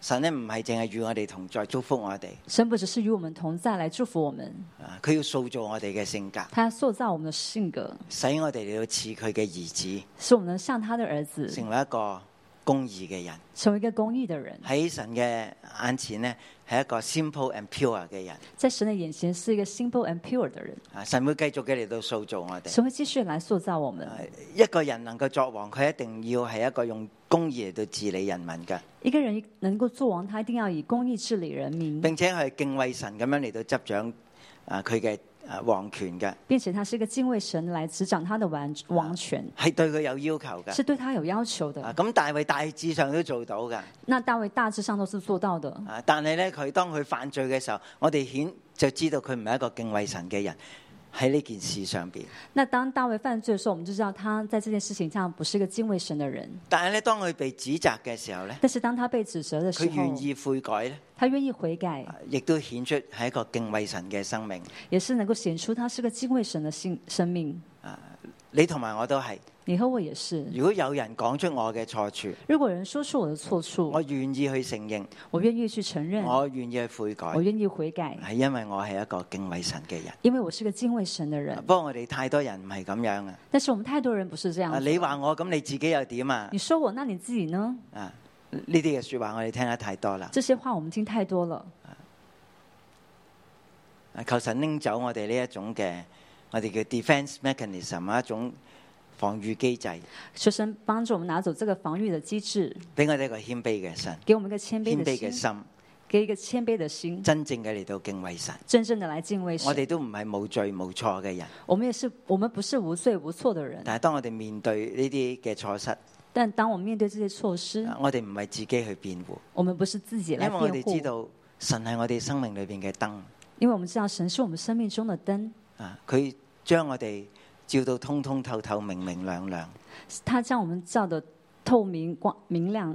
S2: 神呢唔係淨係與我哋同在，祝福我哋。
S3: 神不只是与我们同在来祝福我们，
S2: 啊佢要塑造我哋嘅性格，
S3: 他要塑造我们的性格，
S2: 使我哋嚟到似佢嘅兒
S3: 使我们能像他的儿
S2: 子，
S3: 子，
S2: 成為一個公義嘅人。
S3: 成为一个公义的人，
S2: 喺神嘅眼前呢，係一個 simple and pure 嘅人。
S3: 在神的眼前是一个 simple and pure 的人。
S2: 啊，神會繼續嘅嚟到塑造我哋。啊
S3: 神会继续来塑造我们。
S2: 一個人能夠作王，佢一定要係一個用公義嚟到治理人民嘅，
S3: 一个人能够做王，他一定要以公义治理人民，
S2: 並且佢係敬畏神咁樣嚟到執掌啊佢嘅啊王權嘅，
S3: 并且他是一个敬畏神来执掌他的
S2: 啊
S3: 王王权，
S2: 係對佢有要求嘅。
S3: 是对他有要求
S2: 啊，
S3: 的。
S2: 咁大衛大致上都做到噶。
S3: 那大卫大致上都是做到的，
S2: 啊！但係咧，佢當佢犯罪嘅時候，我哋顯就知道佢唔係一個敬畏神嘅人。喺呢件事上邊，
S3: 那当大卫犯罪的时候，我们就知道他在这件事情上不是一个敬畏神的人。
S2: 但係咧，當佢被指責嘅時候咧，
S3: 但是当他被指责的
S2: 佢
S3: 时候
S2: 願，意悔改咧，
S3: 他愿意悔改，
S2: 呃亦都顯出係一個敬畏神嘅生命。
S3: 也是能够显出他是个敬畏神的性生命。
S2: 你同埋我都係，
S3: 你和我也是。
S2: 如果有人講出我嘅錯處，
S3: 如果有人说出我的错处
S2: 我，哦願意去承認，
S3: 我願意去承认，
S2: 我願意去悔改，
S3: 我愿意悔改，
S2: 係因為我係一個敬畏神嘅人。
S3: 因为我是个敬畏神的人。
S2: 不過我哋太多人唔係咁樣啊！
S3: 但是我们太多人不是这样
S2: 啊
S3: 子。
S2: 你話我咁，你自己又點啊？
S3: 你说我，那你自己呢？
S2: 啊，呢啲嘅説話我哋聽得太多啦。
S3: 这些话我们听太多了，
S2: 啊求神拎走我哋呢一種嘅，我哋叫 defense mechanism 啊，一種防禦機制，
S3: 求神帮助我们拿走这个防御的机制，
S2: 俾我哋一個謙卑嘅神，
S3: 给我们一个谦卑
S2: 謙卑
S3: 的
S2: 嘅
S3: 心，
S2: 心，
S3: 给一个谦卑的心，
S2: 真正嘅嚟到敬畏神。
S3: 真正的来敬畏
S2: 我
S3: 神。
S2: 哋都唔係冇罪冇錯嘅人，
S3: 我们也是，我们不是无罪无错的人，
S2: 但係當我哋面對呢啲嘅錯失，啊
S3: 但当我们面对这些措施，
S2: 我哋唔係自己去辯護，
S3: 我们不是自己
S2: 因
S3: 来
S2: 為我
S3: 辩
S2: 哋
S3: 护
S2: 知，道神係我哋生命裏边嘅燈
S3: 因为我们知道神是我们生命中的灯，
S2: 啊，佢將我哋照到通通透透、明明亮亮
S3: 他将我们照得透明光明亮，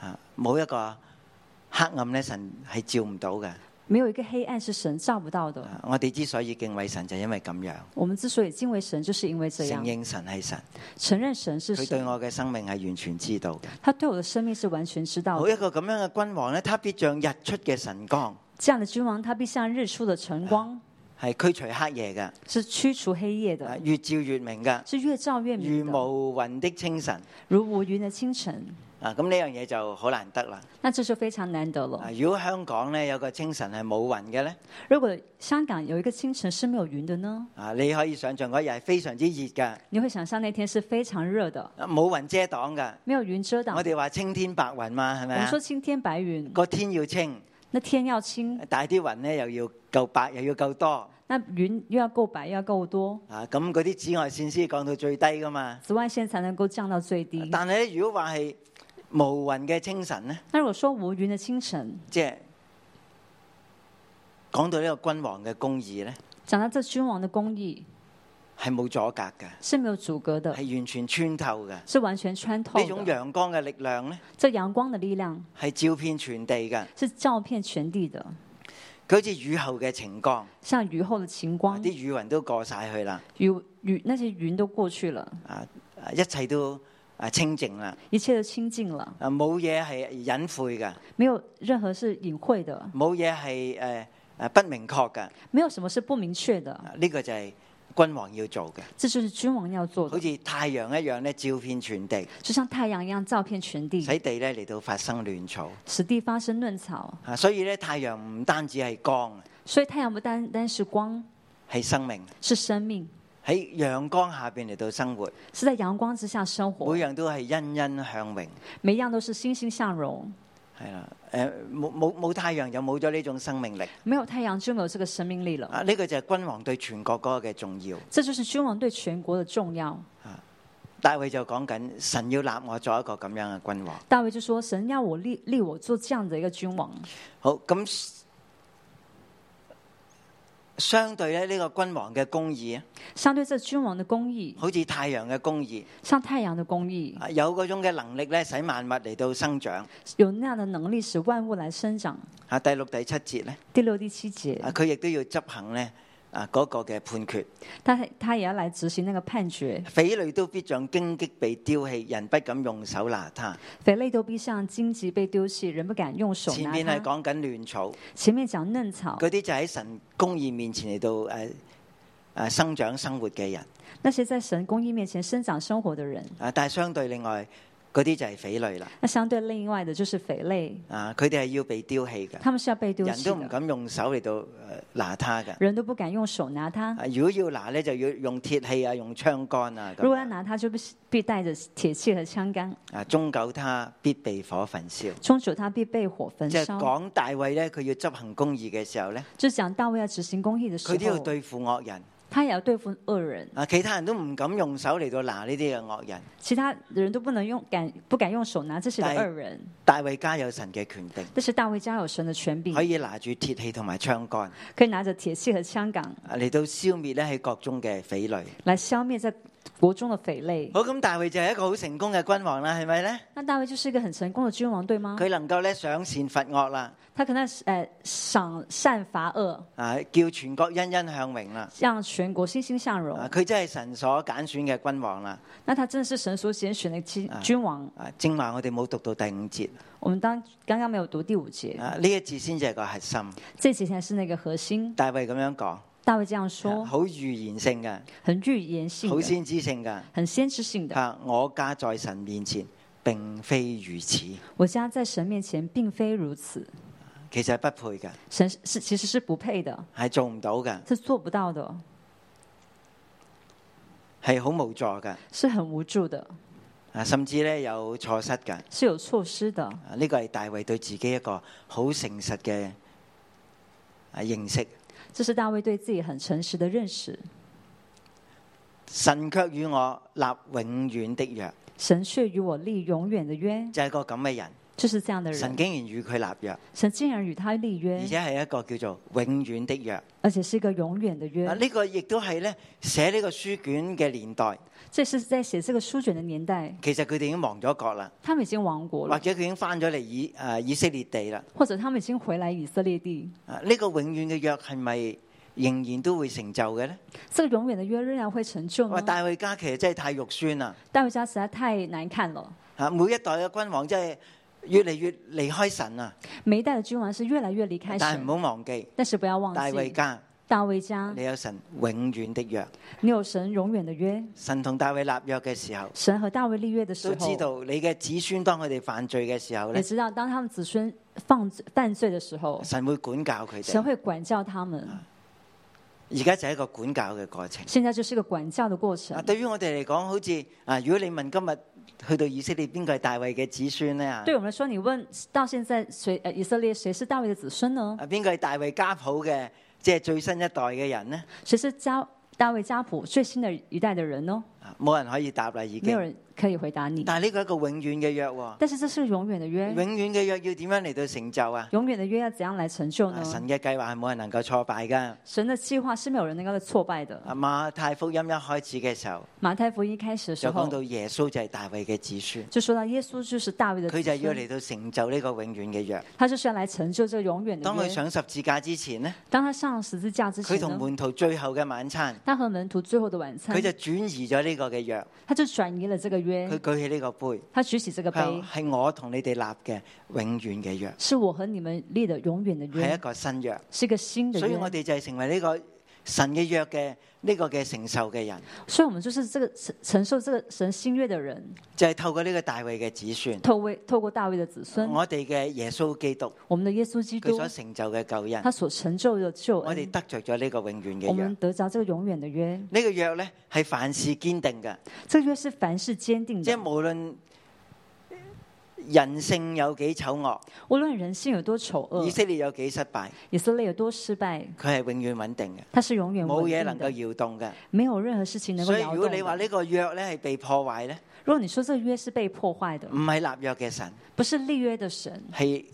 S2: 啊，冇一個黑暗咧，神係照唔到嘅。
S3: 没有一个黑暗是神照不到的。
S2: 啊我哋之所以敬畏神，就因為咁樣。
S3: 我们之所以敬畏神，就是因为这
S2: 承
S3: 样，
S2: 認神係神，
S3: 承认神是
S2: 佢對
S3: 神，
S2: 我嘅生命係完全知道嘅。
S3: 他对我的生命是完全知道的
S2: 好。一個咁樣嘅君王咧，他必像日出嘅晨光，
S3: 这样的君王，他必像日出的晨光，
S2: 係驅除黑夜嘅，
S3: 是驱除黑夜
S2: 啊
S3: 的，
S2: 越照越明嘅，
S3: 是越照越
S2: 如
S3: 明的，
S2: 無雲的清晨。
S3: 如无云的清晨。
S2: 啊，咁呢樣嘢就好難得啦。
S3: 那这就非常难得
S2: 啊
S3: 了。，
S2: 如果香港咧有個清晨係冇雲嘅咧，
S3: 如果香港有一个清晨是没有云的呢？
S2: 啊，你可以想象嗰日係非常之熱嘅，
S3: 你会想象那天是非常热的，
S2: 啊冇雲遮擋嘅。
S3: 没有云遮挡
S2: 我。哋話青天白雲嘛，係咪
S3: 我们
S2: 啊
S3: 说？青天白云，
S2: 個天要清，
S3: 那天要清，
S2: 但係啲雲咧又要夠白，又要夠多。
S3: 那云又要够白，又要够多，
S2: 啊，咁嗰啲紫外線先降到最低噶嘛。
S3: 紫外线才能够降到最低。
S2: 但係咧，如果話係無雲嘅清晨咧，
S3: 那如果说无云的清晨，
S2: 即係講到呢個君王嘅公義咧，
S3: 讲到这君王的公义
S2: 係冇阻隔嘅，
S3: 是没有阻隔的，
S2: 係完全穿透嘅。呢
S3: 是完全穿透
S2: 種
S3: 的。
S2: 陽光嘅力量咧，
S3: 这阳光的力量
S2: 係照遍全地嘅，
S3: 是照遍全地的，
S2: 佢好似雨後嘅晴光，
S3: 像雨后的晴
S2: 啊
S3: 光，
S2: 啲雨雲都過晒去啦，
S3: 雨雨那些云都过去了，
S2: 啊，啊一切都啊清靜啦，
S3: 一切都清净了，
S2: 啊冇嘢係隱晦嘅，
S3: 没有任何是隐晦的，
S2: 冇嘢係誒誒不明確嘅，啊
S3: 没有什么是不明确的。
S2: 啊呢、個就係君王要做嘅，
S3: 这就是君王要做
S2: 好
S3: 的，嗯
S2: 似太陽一樣咧，照遍全地。
S3: 就像太阳一样照遍全地，
S2: 使地咧嚟到發生亂草
S3: 此地发生嫩草。
S2: 啊！所以咧，太陽唔單止係光，
S3: 所以太阳不单单是光，
S2: 係生命
S3: 是生命，
S2: 喺陽光下边嚟到生活，
S3: 是在阳光之下生活
S2: 每，樣都係欣欣向榮，
S3: 每一样都是欣欣向荣。
S2: 係啦，诶、冇冇冇太陽就冇咗呢種生命力
S3: 没有太阳就没有这个生命力了。
S2: 啊！呢、個就係君王對全國嗰個嘅重要。
S3: 这就是君王对全国的重要。
S2: 大衛就講緊神要立我做一個咁樣嘅君王。
S3: 大卫就说：“神要我立立我做这样的一个君王。
S2: 好，咁相對咧呢個君王嘅公義，
S3: 相对这君王的公义，
S2: 好似太陽嘅公義，
S3: 像太阳的公义，
S2: 啊有嗰種嘅能力咧，使萬物嚟到生長。
S3: 有那样的能力使万物来生长。
S2: 啊，第六、第七節咧，
S3: 第六、第七节
S2: 啊，，佢亦都要執行咧啊嗰、個嘅判決。
S3: 他他也要来执行那个判决。
S2: 匪類都必像荊棘被丟棄，人不敢用手拿它。
S3: 肥类都必像荆棘被丢弃，人不敢用手
S2: 前
S3: 拿
S2: 面係
S3: 它。
S2: 講緊亂草，
S3: 前面讲嫩草，
S2: 嗰啲就喺神公義面前嚟到诶诶、啊生長生活嘅人。
S3: 那些在神公义面前生长生活的人，
S2: 啊，但係相對另外嗰啲就係匪類啦。
S3: 那相对另外的就是肥类，
S2: 啊，佢哋係要被丟棄嘅。
S3: 他们是要被丢
S2: 人
S3: 弃
S2: 都唔
S3: 的，
S2: 敢用手嚟到呃拿它嘅。
S3: 人都不敢用手拿它。
S2: 啊，如果要拿咧，就要用鐵器啊，用槍杆啊
S3: 如果要
S2: 咁。
S3: 拿它，就必必带着铁器和枪杆，
S2: 啊，终究它必被火焚燒。
S3: 终究它必被火焚
S2: 即係
S3: 烧。
S2: 講大衛咧，佢要執行公義嘅時候咧，
S3: 就讲大卫要执行公义的时
S2: 佢都要
S3: 候，
S2: 對付惡人。
S3: 他也要对付恶人，
S2: 啊，其他人都唔敢用手嚟到拿呢啲嘅惡人。
S3: 其他人都不能用敢不敢用手拿这些的
S2: 但
S3: 恶人。
S2: 大衛家有神嘅權定，
S3: 但是大卫家有神的权柄
S2: 可，以拿住鐵器同埋槍杆
S3: 可以拿着铁器和枪杆
S2: 啊嚟到消滅咧喺國中嘅匪類。
S3: 来消灭在国中的匪类。
S2: 好，咁大衛就係一個好成功嘅君王啦，係咪咧？
S3: 那大卫就是一个很成功的君王，对吗？
S2: 佢能夠咧賞善罰惡啦，
S3: 他可能呃赏善罚恶，
S2: 啊，叫全國欣欣向榮啦。
S3: 让全国欣欣向荣
S2: 啊，。佢真係神所揀選嘅君王啦。
S3: 那他真的是神所拣选的君
S2: 啊
S3: 君王。
S2: 啊，正話我哋冇讀到第五節，
S3: 我们当刚刚没有读第五节，
S2: 啊呢一節先至係個核心。
S3: 这节才是那个核心。
S2: 大衛咁樣講，
S3: 大卫这样说，
S2: 好預言性嘅，
S3: 很预言性
S2: 好
S3: 的，
S2: 先知性嘅。
S3: 很先知性的。
S2: 啊，我家在神面前並非如此，
S3: 我家在神面前并非如此，
S2: 其實係不配嘅，
S3: 神是是其实是不配的，
S2: 係做唔到嘅，
S3: 是做不到的，
S2: 係好無助嘅，
S3: 是很无助的，
S2: 啊，甚至咧有錯失嘅。
S3: 是有措施的。
S2: 啊，呢個係大衛對自己一個好誠實嘅啊認識。
S3: 这是大卫对自己很诚实的认识。
S2: 神卻與我立永遠的約，
S3: 神却与我立永远的约，
S2: 就係個咁嘅人。
S3: 就是这样的
S2: 神
S3: 人。
S2: 竟然與佢立約，
S3: 神竟然与他立约
S2: 而，且係一個叫做永遠的約。
S3: 而且是一个永远的
S2: 啊，
S3: 约。
S2: 呢個亦都係咧寫呢個書卷嘅年代，
S3: 这是在写这个书卷的年代，
S2: 其實佢哋已經亡咗國啦，
S3: 他们已经亡国
S2: 或
S3: 了，
S2: 者佢已經翻咗嚟以啊以色列地啦。
S3: 或者他们已经回来以色列地。
S2: 啊，呢、個永遠嘅約係咪仍然都會成就嘅咧？
S3: 这个永远的约仍然会成就
S2: 哇！
S3: 吗？
S2: 大衛家其實真係太肉酸啦！
S3: 大卫家实在太难看了，
S2: 啊，每一代嘅君王真係越嚟越離開神啊！
S3: 每一代的君王是越来越离开
S2: 但係
S3: 神
S2: 唔。好忘記，
S3: 但是不要忘
S2: 大衛
S3: 记，嗯
S2: 家
S3: 大卫家，
S2: 你有神永遠的約，
S3: 你有神永远的约。
S2: 神同大衛立約嘅時候，
S3: 神和大卫立约的时
S2: 都知
S3: 候，
S2: 道你嘅子孫當佢哋犯罪嘅時候
S3: 也
S2: 咧，
S3: 知道当他们子孙犯罪犯罪的时候，
S2: 神會管教佢
S3: 神
S2: 哋。
S3: 会管教他们。
S2: 而家就係一個管教嘅過程。
S3: 现在就是一个管教的过
S2: 啊，
S3: 程。
S2: 對於我哋嚟講，好似啊，如果你問今日去到以色列邊個係大衛嘅子孫咧啊
S3: 对？我们来说，你问到现在谁呃以色列谁是大卫的子孙呢？
S2: 啊，邊個係大衛家譜嘅，即係最新一代嘅人呢？
S3: 谁是家大卫家谱最新的一代的人呢？
S2: 啊冇人可以答啦，已
S3: 没
S2: 經。
S3: 有人可以回答你。
S2: 但係呢個一個永遠嘅約喎，
S3: 但是这是永远的约，
S2: 啊永遠嘅約要點樣嚟到成就啊？
S3: 永远的约要怎样来成就
S2: 啊
S3: 呢？
S2: 神嘅計劃係冇人能夠挫敗噶。
S3: 神的计划是没有人能够挫败的。
S2: 啊，馬太福音一開始嘅時候
S3: 马太福音一开始的时
S2: 就講
S3: 候
S2: 到耶穌就係大衛嘅子孫，
S3: 就说到耶稣就是大卫的
S2: 佢
S3: 子
S2: 就係要
S3: 孙，
S2: 嚟到成就呢個永遠嘅約。
S3: 他就是要来成就这永远的
S2: 當佢
S3: 约。
S2: 上十字架之前呢，
S3: 当他上十字架之
S2: 佢
S3: 前
S2: 同
S3: 呢，
S2: 門徒最後嘅晚餐，
S3: 他和门徒最后的晚餐
S2: 佢，就轉移咗呢個嘅約，
S3: 他就转移了这个约
S2: 佢，舉起呢個杯。
S3: 他举起这个杯，
S2: 系我同你哋立嘅永遠嘅約，
S3: 是我和你们立的永远的
S2: 係一
S3: 约，
S2: 個新約，
S3: 是一个新的
S2: 所以
S3: 约
S2: 我。哋就係成為呢個神嘅約嘅呢個嘅承受嘅人，
S3: 所以我们就是这个承承受這個神新約的人，
S2: 就係透過呢個大衛嘅子孫，
S3: 透過透過大衛的子孫，
S2: 我哋嘅耶穌基督
S3: 我们的耶穌基
S2: 佢
S3: 督，
S2: 所成就嘅救
S3: 他
S2: 恩，
S3: 所成就的救
S2: 我哋
S3: 恩，
S2: 得着咗呢個永遠
S3: 我
S2: 嘅約。
S3: 们得着這個永遠的約。
S2: 呢個約呢係凡事堅定嘅，
S3: 這個約是凡事堅定
S2: 即係
S3: 的，
S2: 無論人性有幾醜惡，
S3: 無論人性有多醜
S2: 以
S3: 惡，
S2: 色列有幾失敗，
S3: 以色列有多失敗，
S2: 佢係永遠穩定嘅，
S3: 它是永遠
S2: 冇
S3: 穩
S2: 嘢
S3: 定
S2: 能夠
S3: 的，
S2: 搖動嘅。
S3: 沒有任何事情能夠
S2: 所以
S3: 搖
S2: 如果你話
S3: 動的。
S2: 呢個約呢係被破壞呢，
S3: 如果你說這個約是被破壞的
S2: 唔，係立約嘅神，
S3: 不是立約的神，
S2: 係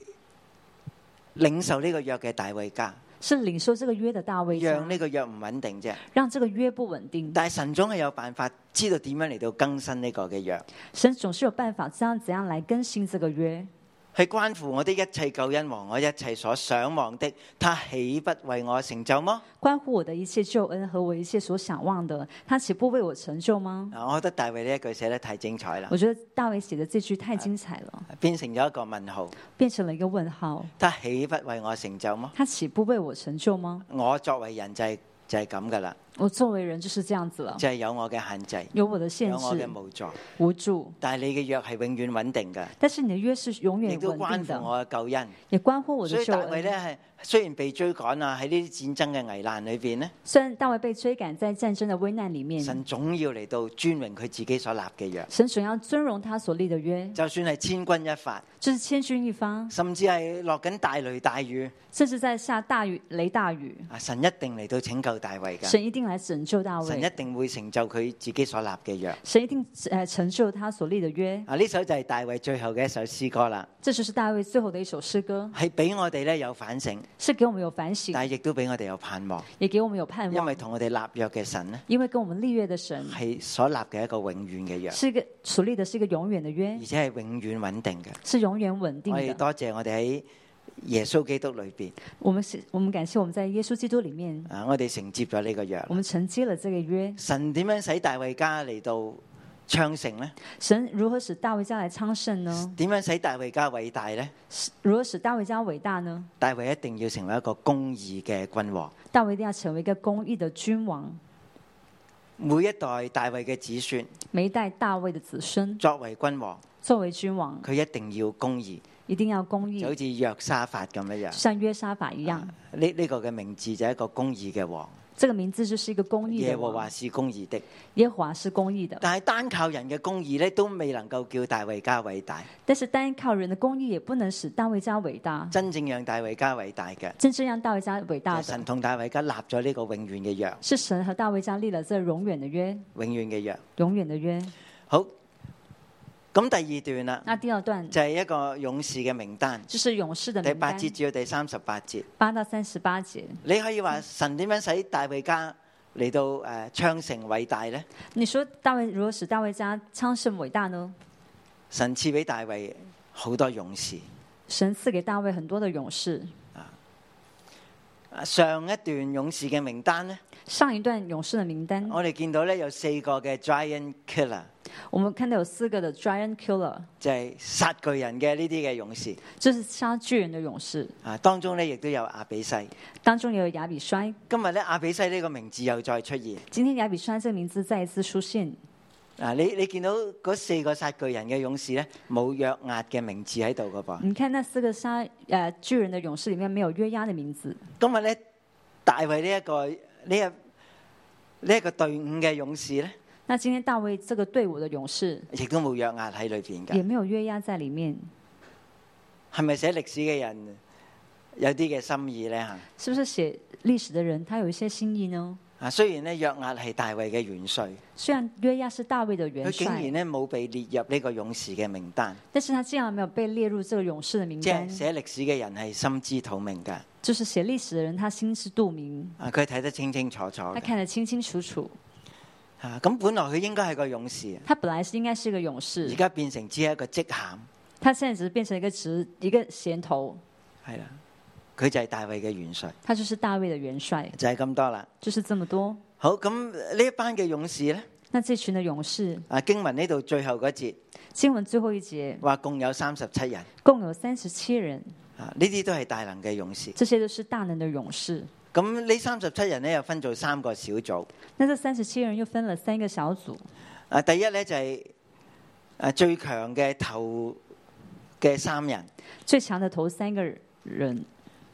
S2: 領受呢個約嘅大衛家，
S3: 是領受這個約的大衛
S2: 讓
S3: 家，
S2: 呢個約唔穩定啫。
S3: 讓這個約不穩定。
S2: 但係神總係有辦法知道點樣嚟到更新呢個嘅約，
S3: 神總是有辦法，這樣怎樣來更新這個約，
S2: 係關乎我的一切救恩和我一切所想望的，他豈不為我成就麼？
S3: 關乎我的一切救恩和我一切所想望的，他豈不為我成就嗎？
S2: 啊，我覺得大衛呢一句寫得太精彩啦
S3: 我，覺得大衛寫的這句太精彩了，
S2: 變成咗一個問號。
S3: 變成了一個問號。
S2: 他豈不為我成就麼？
S3: 他豈不為我成就嗎？
S2: 我作為人就係、就係咁噶啦，
S3: 我作為人就是這樣子了，
S2: 就係、有我嘅限制，
S3: 有我的限
S2: 有我嘅
S3: 制、
S2: 無助。
S3: 無助。
S2: 但係你嘅約係永遠穩定嘅，
S3: 但是你的約是永
S2: 亦
S3: 遠
S2: 都
S3: 穩
S2: 關
S3: 定
S2: 乎
S3: 的，
S2: 我嘅救恩。
S3: 也關乎我
S2: 所
S3: 的
S2: 以
S3: 救
S2: 大衛
S3: 恩。
S2: 呢，係雖然被追趕啊，喺呢啲戰爭嘅危難裏邊呢，
S3: 雖然大衛被追趕在戰爭的危難裡面，
S2: 神總要嚟到尊榮佢自己所立嘅約。
S3: 神總要尊榮他所立的約，
S2: 就算係千鈞一發，
S3: 就是千鈞一發，
S2: 甚至係落緊大雷大雨，
S3: 甚至在下大雨、雷大雨，
S2: 啊，神一定嚟到拯救大衛㗎。
S3: 神一定來拯救大
S2: 神一
S3: 衛，
S2: 定會成就佢自己所立嘅約。
S3: 神一定呃成就他所立的約。
S2: 啊！呢首就係大衛最後嘅一首詩歌啦，
S3: 這就是大衛最後的一首詩歌，
S2: 係俾我哋咧有反省，
S3: 是給我們有反省，
S2: 但係亦都俾我哋有盼望，
S3: 也給我們有盼
S2: 因
S3: 望，
S2: 為同我哋立約嘅神咧
S3: 因為跟我們立約的神
S2: 係所立嘅一個永遠嘅約，
S3: 是一個所立的是一個永遠的約
S2: 而，且係永遠穩定嘅。
S3: 是永遠穩定
S2: 我哋
S3: 的。
S2: 多謝我哋喺耶穌基督裏邊
S3: 我们是，我们感謝我們在耶穌基督裡面，
S2: 啊，我哋承接咗呢個約啦
S3: 我。們承接了這個約。
S2: 神點樣使大衛家嚟到昌盛呢？
S3: 神如何使大衛家來昌盛呢？
S2: 點樣使大衛家偉大呢？
S3: 是如何使大衛家偉大呢？
S2: 大衛一定要成為一個公義嘅君王。
S3: 大衛一定要成為一個公義的君王。
S2: 每一代大衛嘅子孫
S3: 每一代大衛的子孫
S2: 作為君王，
S3: 作為君王，
S2: 佢一定要公義，
S3: 一定要公義，
S2: 就好
S3: 就
S2: 似約沙法咁樣樣。啊
S3: 像約沙嗯法一樣。
S2: 呢呢個嘅名字就係一個公義嘅王，
S3: 這個名字就是一個公義
S2: 耶
S3: 的
S2: 和
S3: 王
S2: 華，是公義的。
S3: 耶和華是公義的，
S2: 但係單靠人嘅公義咧，都未能夠叫大衛家偉大。
S3: 但是單靠人的公義也不能使大衛家偉大。
S2: 真正讓大衛家偉大嘅，
S3: 真正讓大衛家偉大
S2: 就係神
S3: 的，
S2: 同大衛家立咗呢個永遠嘅約，
S3: 是神和大衛家立了這永遠的約，
S2: 永遠嘅約。
S3: 永遠的約。
S2: 好，咁第二段啦，
S3: 那第二段
S2: 就係一個勇士嘅名單，
S3: 就是勇士的
S2: 第
S3: 名
S2: 八
S3: 單，
S2: 節至到第三十八節。
S3: 八到三十八節。
S2: 你可以
S3: 嗯
S2: 話神點樣使大衛家嚟到誒昌盛偉大呢？
S3: 你說大衛如何使大衛家昌盛偉大呢？
S2: 神賜俾大衛好多勇士。
S3: 神賜給大衛很多的勇士。
S2: 啊上一段勇士嘅名單呢，
S3: 上一段勇士的名單，
S2: 我哋見到呢有四個嘅 giant killer，
S3: 我們看到有四個的 giant killer，
S2: 就係殺巨人嘅呢啲嘅勇士。
S3: 就是殺巨人的勇士，
S2: 啊，當中呢亦都有亞比西。
S3: 當中也有亞比衰。
S2: 今日呢，亞比西呢個名字又再出現。
S3: 今天亞比衰這個名字再一次出現。
S2: 啊，你你見到嗰四個殺巨人嘅勇士呢，冇約押嘅名字喺度噶噃。
S3: 你看那四個殺呃巨人的勇士裡面沒有約押的名字。
S2: 今日呢，大衛呢一個呢一呢一個隊伍嘅勇士呢，
S3: 那今天大衛這個隊伍的勇士
S2: 亦都冇約押喺裏邊
S3: 也
S2: 㗎。
S3: 沒有約押在裡面，
S2: 係咪寫歷史嘅人有啲嘅心意呢？嚇？
S3: 是不是寫歷史的人他有一些心意呢？
S2: 啊，雖然呢，約押係大衛嘅元帥。
S3: 雖然約押是大衛的元
S2: 佢竟然
S3: 帥，
S2: 咧冇被列入呢個勇士嘅名單，
S3: 但是他竟然沒有被列入這個勇士的名
S2: 即係
S3: 單，
S2: 寫歷史嘅人係心知肚明㗎，
S3: 就是寫歷史的人他心知肚明，
S2: 啊佢睇得清清楚楚
S3: 他
S2: 嘅。
S3: 看得清清楚楚。
S2: 啊，咁本來佢應該係個勇士，啊
S3: 他本來是應該是個勇
S2: 而
S3: 士，
S2: 家變成只係一個職銜，
S3: 他現在只是變成一個職一個銜頭，
S2: 係啦，佢就係大衛嘅元帥，
S3: 他就是大衛的元帥，
S2: 就係咁多啦。
S3: 就是這麼多。
S2: 好，咁呢一班嘅勇士呢，
S3: 那這群的勇士，
S2: 啊經文呢度最後嗰節
S3: 經文最後一節
S2: 話共有三十七人，
S3: 共有三十七人，
S2: 啊呢啲都係大能嘅勇士。
S3: 這些都是大能的勇士。
S2: 咁呢三十七人咧又分做三個小組。
S3: 那这三十七人又分了三个小组，
S2: 啊，第一咧就係啊最強嘅頭嘅三人，
S3: 最强的头三个人，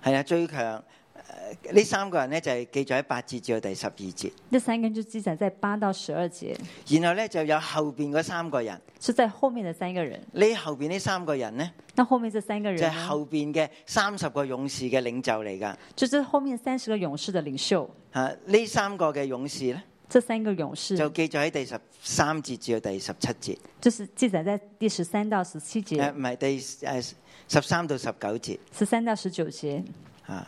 S2: 係啊最強。呃呢三個人咧就係記載喺八節至到第十二節，
S3: 这三个人就记载在八到十二节，
S2: 然後咧就有後边嗰三個人，
S3: 是在后面的三个人。
S2: 呢後边呢三個人咧
S3: 那后面这三个
S2: 就
S3: 人
S2: 係
S3: 呢
S2: 後边嘅三十個勇士嘅領袖嚟㗎。
S3: 就是后面三十个勇士的领袖。
S2: 啊，呢三個嘅勇士咧
S3: 这三个勇士
S2: 就記載喺第十三節至到第十七節，
S3: 就是记载在第十三到十七
S2: 誒
S3: 节、
S2: 唔係第诶十三到十九節
S3: 十三到十九节。
S2: 啊。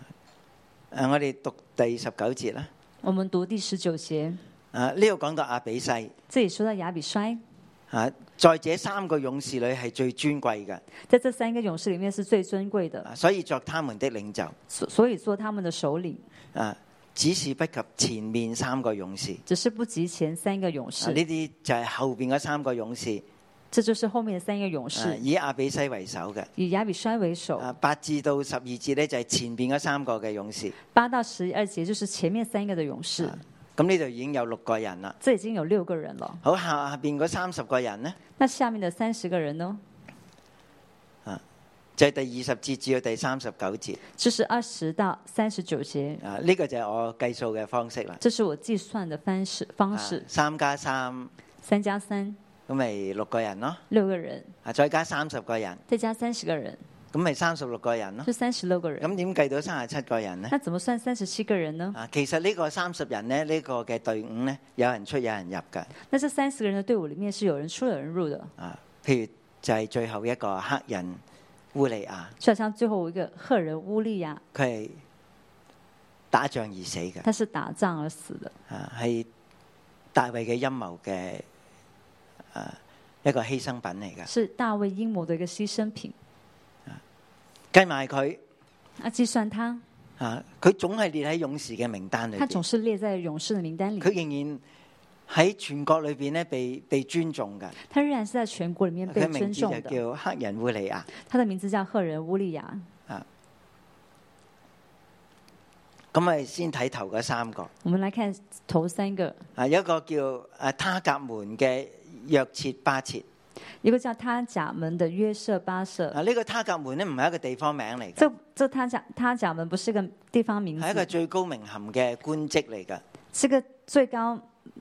S2: 诶，我哋讀第十九節啦。
S3: 我们读第十九节，
S2: 啊，呢度講到阿比西。
S3: 这里说到亚比衰，
S2: 啊，在這三個勇士裏係最尊貴嘅，
S3: 在这三个勇士里面是最尊贵的，
S2: 啊所以作他們的領袖。
S3: 所所以做他们的首领，
S2: 啊，只是不及前面三個勇士。
S3: 只是不及前三个勇
S2: 啊
S3: 士。
S2: 呢啲就係後边嗰三個勇士，
S3: 这就是后面的三个勇
S2: 啊
S3: 士，
S2: 以阿比西為首嘅。
S3: 以亚比衰为首。
S2: 啊，八至到十二節呢，就係前边嗰三個嘅勇士。
S3: 八到十二节就是前面三个的勇士，
S2: 啊咁呢度已經有六個人啦。
S3: 这已经有六个人了。
S2: 好，下下边嗰三十個人呢，
S3: 那下面的三十个人呢？
S2: 就係第二十節至到第三十九節。
S3: 就是二十到三十九节，
S2: 啊，呢、個就係我計數嘅方式啦。
S3: 这是我计算的方式方
S2: 啊
S3: 式，
S2: 三加三，
S3: 三加三
S2: 咁咪六個人咯。
S3: 六个人，
S2: 啊，再加三十個人，
S3: 再加三十个人，
S2: 咁咪三十六個人咯。
S3: 就三十六个人。
S2: 咁點計到三十七個人呢？
S3: 那怎么算三十七个人呢？
S2: 啊，其實呢個三十人呢，呢、個嘅隊伍呢，有人出有人入嘅。
S3: 那这三十个人的队伍里面是有人出有人入的，
S2: 啊，譬如就係最後一個黑人烏利亞，
S3: 就好像最后一个赫人乌利亚，
S2: 佢係打仗而死嘅，
S3: 他是打仗而死的，
S2: 啊，係大衛嘅陰謀嘅啊一個犧牲品嚟嘅。
S3: 是大卫阴谋的一个牺牲品。
S2: 計埋佢
S3: 那计算他，
S2: 啊，佢總係列喺勇士嘅名單裏
S3: 他总
S2: 邊，
S3: 是列在勇士的名单里，
S2: 佢仍然喺全國裏邊呢被被尊重嘅。
S3: 他仍然是在全國里面被
S2: 佢名
S3: 尊
S2: 字
S3: 重
S2: 就
S3: 的。
S2: 叫黑人烏利亞。
S3: 他的名字叫赫人乌利亚。
S2: 咁咪先睇頭嗰三個。
S3: 我们来看头三个，
S2: 啊，有一個叫啊他格門嘅約切巴切。
S3: 一个叫他甲门的约瑟巴舍，
S2: 啊，呢、個他格門咧唔係一個地方名嚟嘅，
S3: 这这他甲他甲门不是个地方名
S2: 係一個
S3: 字，
S2: 最高名銜嘅官職嚟嘅。
S3: 是个最高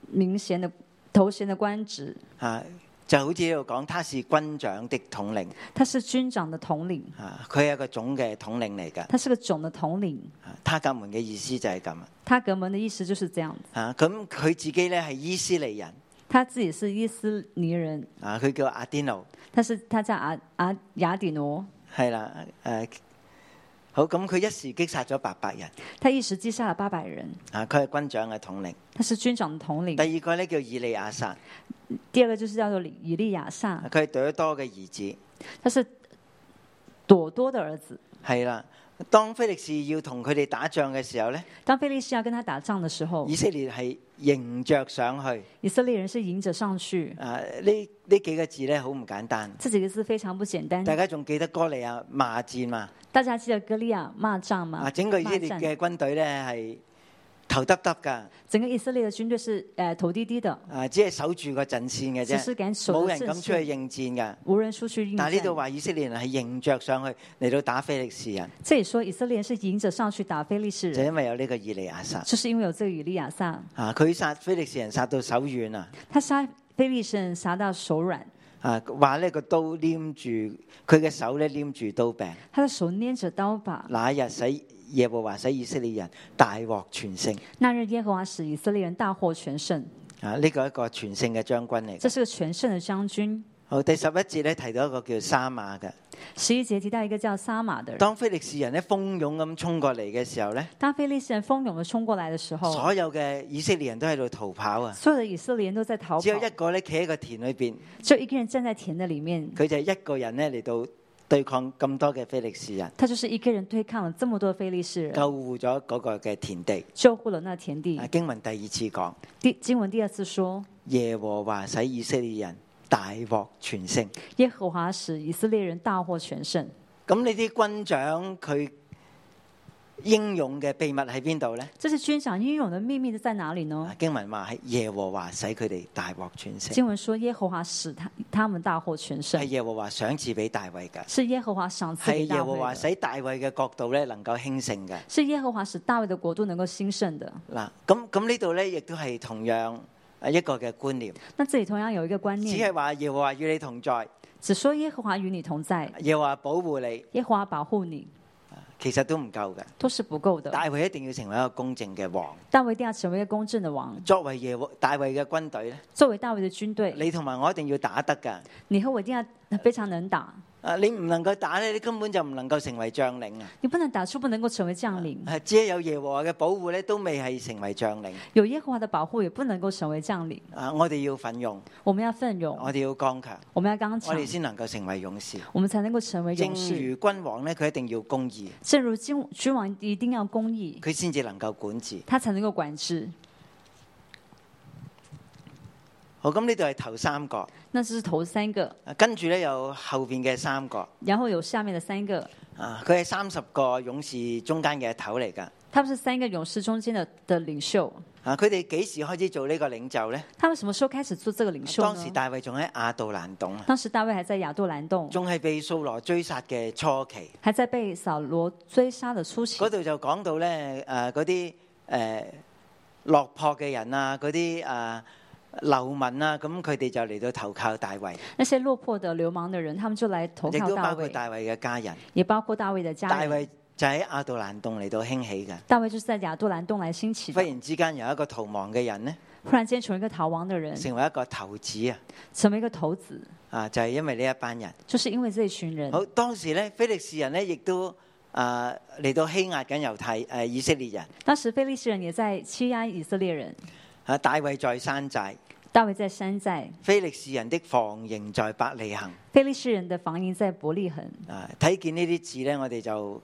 S3: 名衔的头衔的官职，
S2: 啊，就好似呢度講，他是軍長的統領。
S3: 他是军长的统领，
S2: 啊，佢係一個總嘅統領嚟嘅。
S3: 他是个总的统领。
S2: 啊他格門嘅意思就係咁。
S3: 他格门的意思就是这样子，
S2: 啊，咁佢自己咧係伊斯利人。
S3: 他自己是伊斯尼人，
S2: 啊，佢叫阿甸奴，
S3: 他是他叫阿阿雅典挪，
S2: 係啦，誒、好，咁佢一時擊殺咗八百人。
S3: 他一时击杀了八百人，
S2: 啊，佢係軍長嘅統領。
S3: 他是军长的统领。
S2: 第二個咧叫以利亞撒，啊
S3: 第二个就是叫做以以利亚撒，
S2: 佢係朵多嘅兒子。
S3: 他是朵多的儿子。
S2: 係啦，當菲力士要同佢哋打仗嘅時候咧，
S3: 当菲利士要跟他打仗的时候
S2: 以，色列係迎着上去。
S3: 以色列人是迎着上去。
S2: 啊，呢呢几个字咧好唔簡單。
S3: 这几个字非常不简单。
S2: 大家仲記得哥利亞罵戰嘛？
S3: 大家记得歌利亚骂仗吗
S2: 啊，？整個以色列
S3: 罵戰
S2: 嘅軍隊咧係頭耷耷噶，
S3: 整个以色列的军队是呃头低低的，
S2: 啊，只係守住個陣線嘅
S3: 只是
S2: 啫，
S3: 敢守
S2: 冇
S3: 着
S2: 人
S3: 阵
S2: 敢出去
S3: 线，
S2: 應戰噶。
S3: 无人出去应
S2: 但
S3: 战
S2: 係。呢度話以色列人係迎着上去嚟到打非利士人，
S3: 这里说以色列人是迎着上去打非利士
S2: 就
S3: 人，
S2: 因為有呢個以利亞撒。
S3: 就是因为有这个以利亚撒，
S2: 啊！佢殺非利士人殺到手軟啊！
S3: 他杀非利士人杀到手软，
S2: 啊，話呢個刀黏住佢嘅手咧，黏住刀柄。
S3: 他的手捏着刀把。
S2: 那一日使耶和華使以色列人大獲全勝。
S3: 那日耶和华使以色列人大获全胜，
S2: 啊，呢個一個全勝嘅將軍嚟
S3: 这
S2: 嘅。
S3: 是个全胜的将军。
S2: 好，第十一節咧提到一個叫沙馬嘅。
S3: 十一节提到一个叫撒玛的人，
S2: 當菲力士人咧蜂擁咁衝過嚟嘅時候咧，
S3: 当非利士人蜂拥的冲过来的时候，
S2: 所有嘅以色列人都喺度逃跑啊！
S3: 所有的以色列人都在逃
S2: 只有一
S3: 跑，
S2: 個咧企喺個田裏邊，
S3: 就一个人站在田的里面，
S2: 佢就係一個人咧嚟到對抗咁多嘅菲力士人，
S3: 他就是一个人对抗了这么多非利士人，
S2: 救護咗嗰個嘅田地。
S3: 救护了那田地
S2: 啊，。經文第二次講
S3: 第经文第二次说，
S2: 耶和華使以色列人大獲全勝。
S3: 耶和华使以色列人大获全胜。
S2: 咁呢啲軍長佢英勇嘅秘密喺邊度呢？
S3: 这是军长英勇的秘密在哪里呢
S2: 啊？經文話係耶和華使佢哋大獲全勝，
S3: 经文说耶和华使他他们大获全
S2: 係
S3: 胜，
S2: 耶和華賞賜俾大衛㗎，
S3: 是耶和华赏赐
S2: 係哎
S3: 给
S2: 耶
S3: 大
S2: 和
S3: 卫
S2: 華
S3: 的，
S2: 使大衛嘅國度咧能夠興盛嘅。
S3: 是耶和华使大卫的国度能够兴盛的。
S2: 嗱，咁咁呢度咧，亦都係同樣一個嘅觀念，
S3: 那这里同样有一个观
S2: 只
S3: 念
S2: 係，話耶和華與你同在，
S3: 只说耶和华与你同在，
S2: 耶和華保護你，
S3: 耶和华保护你，
S2: 其實都唔夠嘅。
S3: 都是不够的。
S2: 大衛一定要成為一個公正嘅王。
S3: 大卫一定要成为一个公正的王。
S2: 作為耶和大衛嘅軍隊咧，
S3: 作为大卫的军队，
S2: 你同埋我一定要打得㗎。
S3: 你和我一定要非常能打，
S2: 啊，你唔能夠打咧，你根本就唔能夠成為將領啊！
S3: 你不能打出不能够成为将领。
S2: 啊只係有耶和華嘅保護咧，都未係成為將領。
S3: 有耶和华的保护，也不能够成为将领。
S2: 啊，我哋要奮勇，
S3: 我们要奋勇，
S2: 我哋要剛強，
S3: 我们要刚
S2: 哦我
S3: 强
S2: 哋，先能夠成為勇士。
S3: 我们才能够成为
S2: 正
S3: 勇士。
S2: 如君王咧，佢一定要公義，
S3: 正如君君王一定要公义，
S2: 佢先至能夠管治。
S3: 他才能够管制。
S2: 好，咁呢度係頭三個，
S3: 那这是头三个，
S2: 啊跟住咧有後边嘅三個。
S3: 然后有下面的三个，
S2: 啊，佢係三十個勇士中間嘅頭嚟㗎。
S3: 他们是三个勇士中间的的领袖。
S2: 啊，佢哋幾時開始做呢個領袖咧？
S3: 他们什么时候开始做这个领袖
S2: 當時
S3: 呢？
S2: 大衛仲喺亞杜蘭洞啊，
S3: 当时大卫还在亚杜兰洞，
S2: 仲係被掃羅追殺嘅初期。
S3: 还在被扫罗追杀的初期
S2: 嗰。度就講到咧，誒嗰啲誒落魄嘅人啊，嗰啲誒流民啊，咁佢哋就嚟到投靠大衛，
S3: 那些落魄的流氓的人，他们就来投
S2: 亦
S3: 靠
S2: 都
S3: 大
S2: 包括
S3: 卫，
S2: 大衛嘅家人。
S3: 也包括大卫的家
S2: 大
S3: 人。
S2: 衛就喺亞杜蘭洞嚟到興起嘅。
S3: 大卫就是在亚杜兰洞来兴起
S2: 忽
S3: 的。
S2: 然之間有一個逃亡嘅人呢，
S3: 忽然间，从一个逃亡的人
S2: 成為一個頭子啊！
S3: 成为一个头子，
S2: 啊，就係因為呢一班人。
S3: 就是因为这一群人。
S2: 好，當時咧，菲力士人咧亦都啊嚟到欺壓緊猶太誒、呃以色列人。
S3: 当时非利士人也在欺压以色列人，
S2: 啊，大衛在山寨，
S3: 大卫在山寨，
S2: 菲力士人的防營在百里行。
S3: 非利士人的防营在伯利恒。
S2: 啊，睇見呢啲字咧，我哋就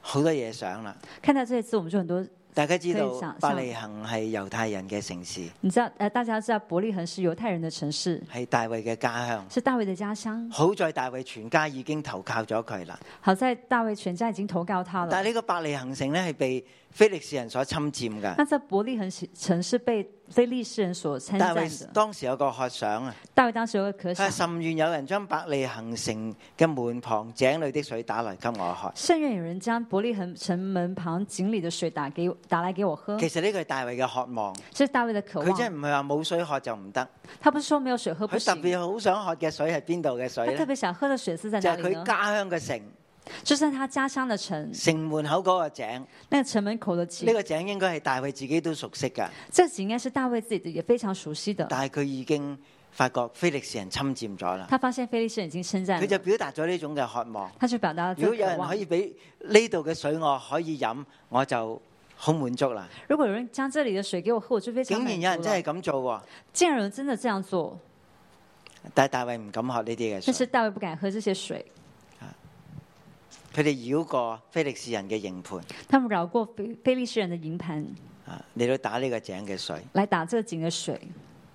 S2: 好多嘢想啦。
S3: 看到这些字，我们就很多，
S2: 大家知道
S3: 非常
S2: 伯利恒係猶太人嘅城市，
S3: 你知道，呃，大家知道伯利恒是猶太人的城市，
S2: 係大衛嘅家鄉。
S3: 是大卫的家乡。
S2: 好在大衛全家已經投靠咗佢啦，
S3: 好在大卫全家已经投靠他
S2: 但
S3: 了
S2: 係。呢個伯利恒城咧係被菲力士人所侵佔
S3: 那
S2: 㗎。
S3: 在伯利恒城是被非利士人所参
S2: 大
S3: 战
S2: 衛
S3: 的。
S2: 當時有個渴想啊，
S3: 大卫当时有个可
S2: 佢話
S3: 想，
S2: 甚願有人將伯利恒城嘅門旁井裏的水打來給我喝。
S3: 甚愿有人将伯利恒城门旁井里的水打给我打来给我喝
S2: 其，實呢個係大衛嘅渴望，
S3: 这是大卫的渴
S2: 佢真
S3: 望。
S2: 係唔係話冇水喝就唔得，
S3: 他不是说没有水喝啊不
S2: 佢特
S3: 行，
S2: 別好想喝嘅水係邊度嘅水
S3: 他特
S2: 咧？
S3: 别想喝的水是在
S2: 就
S3: 哪
S2: 係
S3: 里呢
S2: 佢？家鄉嘅城。
S3: 就是在他家乡的城，
S2: 城門口嗰個井，呢、
S3: 那个城门口的井
S2: 個，井應該係大衛自己都熟悉㗎，
S3: 这井应该是大卫自己也非常熟悉的。
S2: 但係佢已經發覺菲力士人侵佔咗啦，
S3: 他发现菲利士人已经侵占
S2: 佢就
S3: 了，
S2: 表達咗呢種嘅渴望。
S3: 他就表达了
S2: 如
S3: 这
S2: 果
S3: 个
S2: 有
S3: 渴
S2: 人可
S3: 望。
S2: 以俾呢度嘅水我可以飲，我就好滿足啦。
S3: 如果有人将这里的水给我喝，我就非常
S2: 竟然有
S3: 满
S2: 人
S3: 足
S2: 真係
S3: 了。
S2: 咁做
S3: 竟然有人真的这样做，
S2: 喎，但係大衛唔敢喝呢啲嘅
S3: 但是
S2: 水，
S3: 大卫不敢喝这些水，
S2: 佢哋繞過菲力士人嘅營盤
S3: 他们绕过菲菲利士人的营盘
S2: 啊，嚟到打呢個井嘅水。
S3: 来打这个井的水。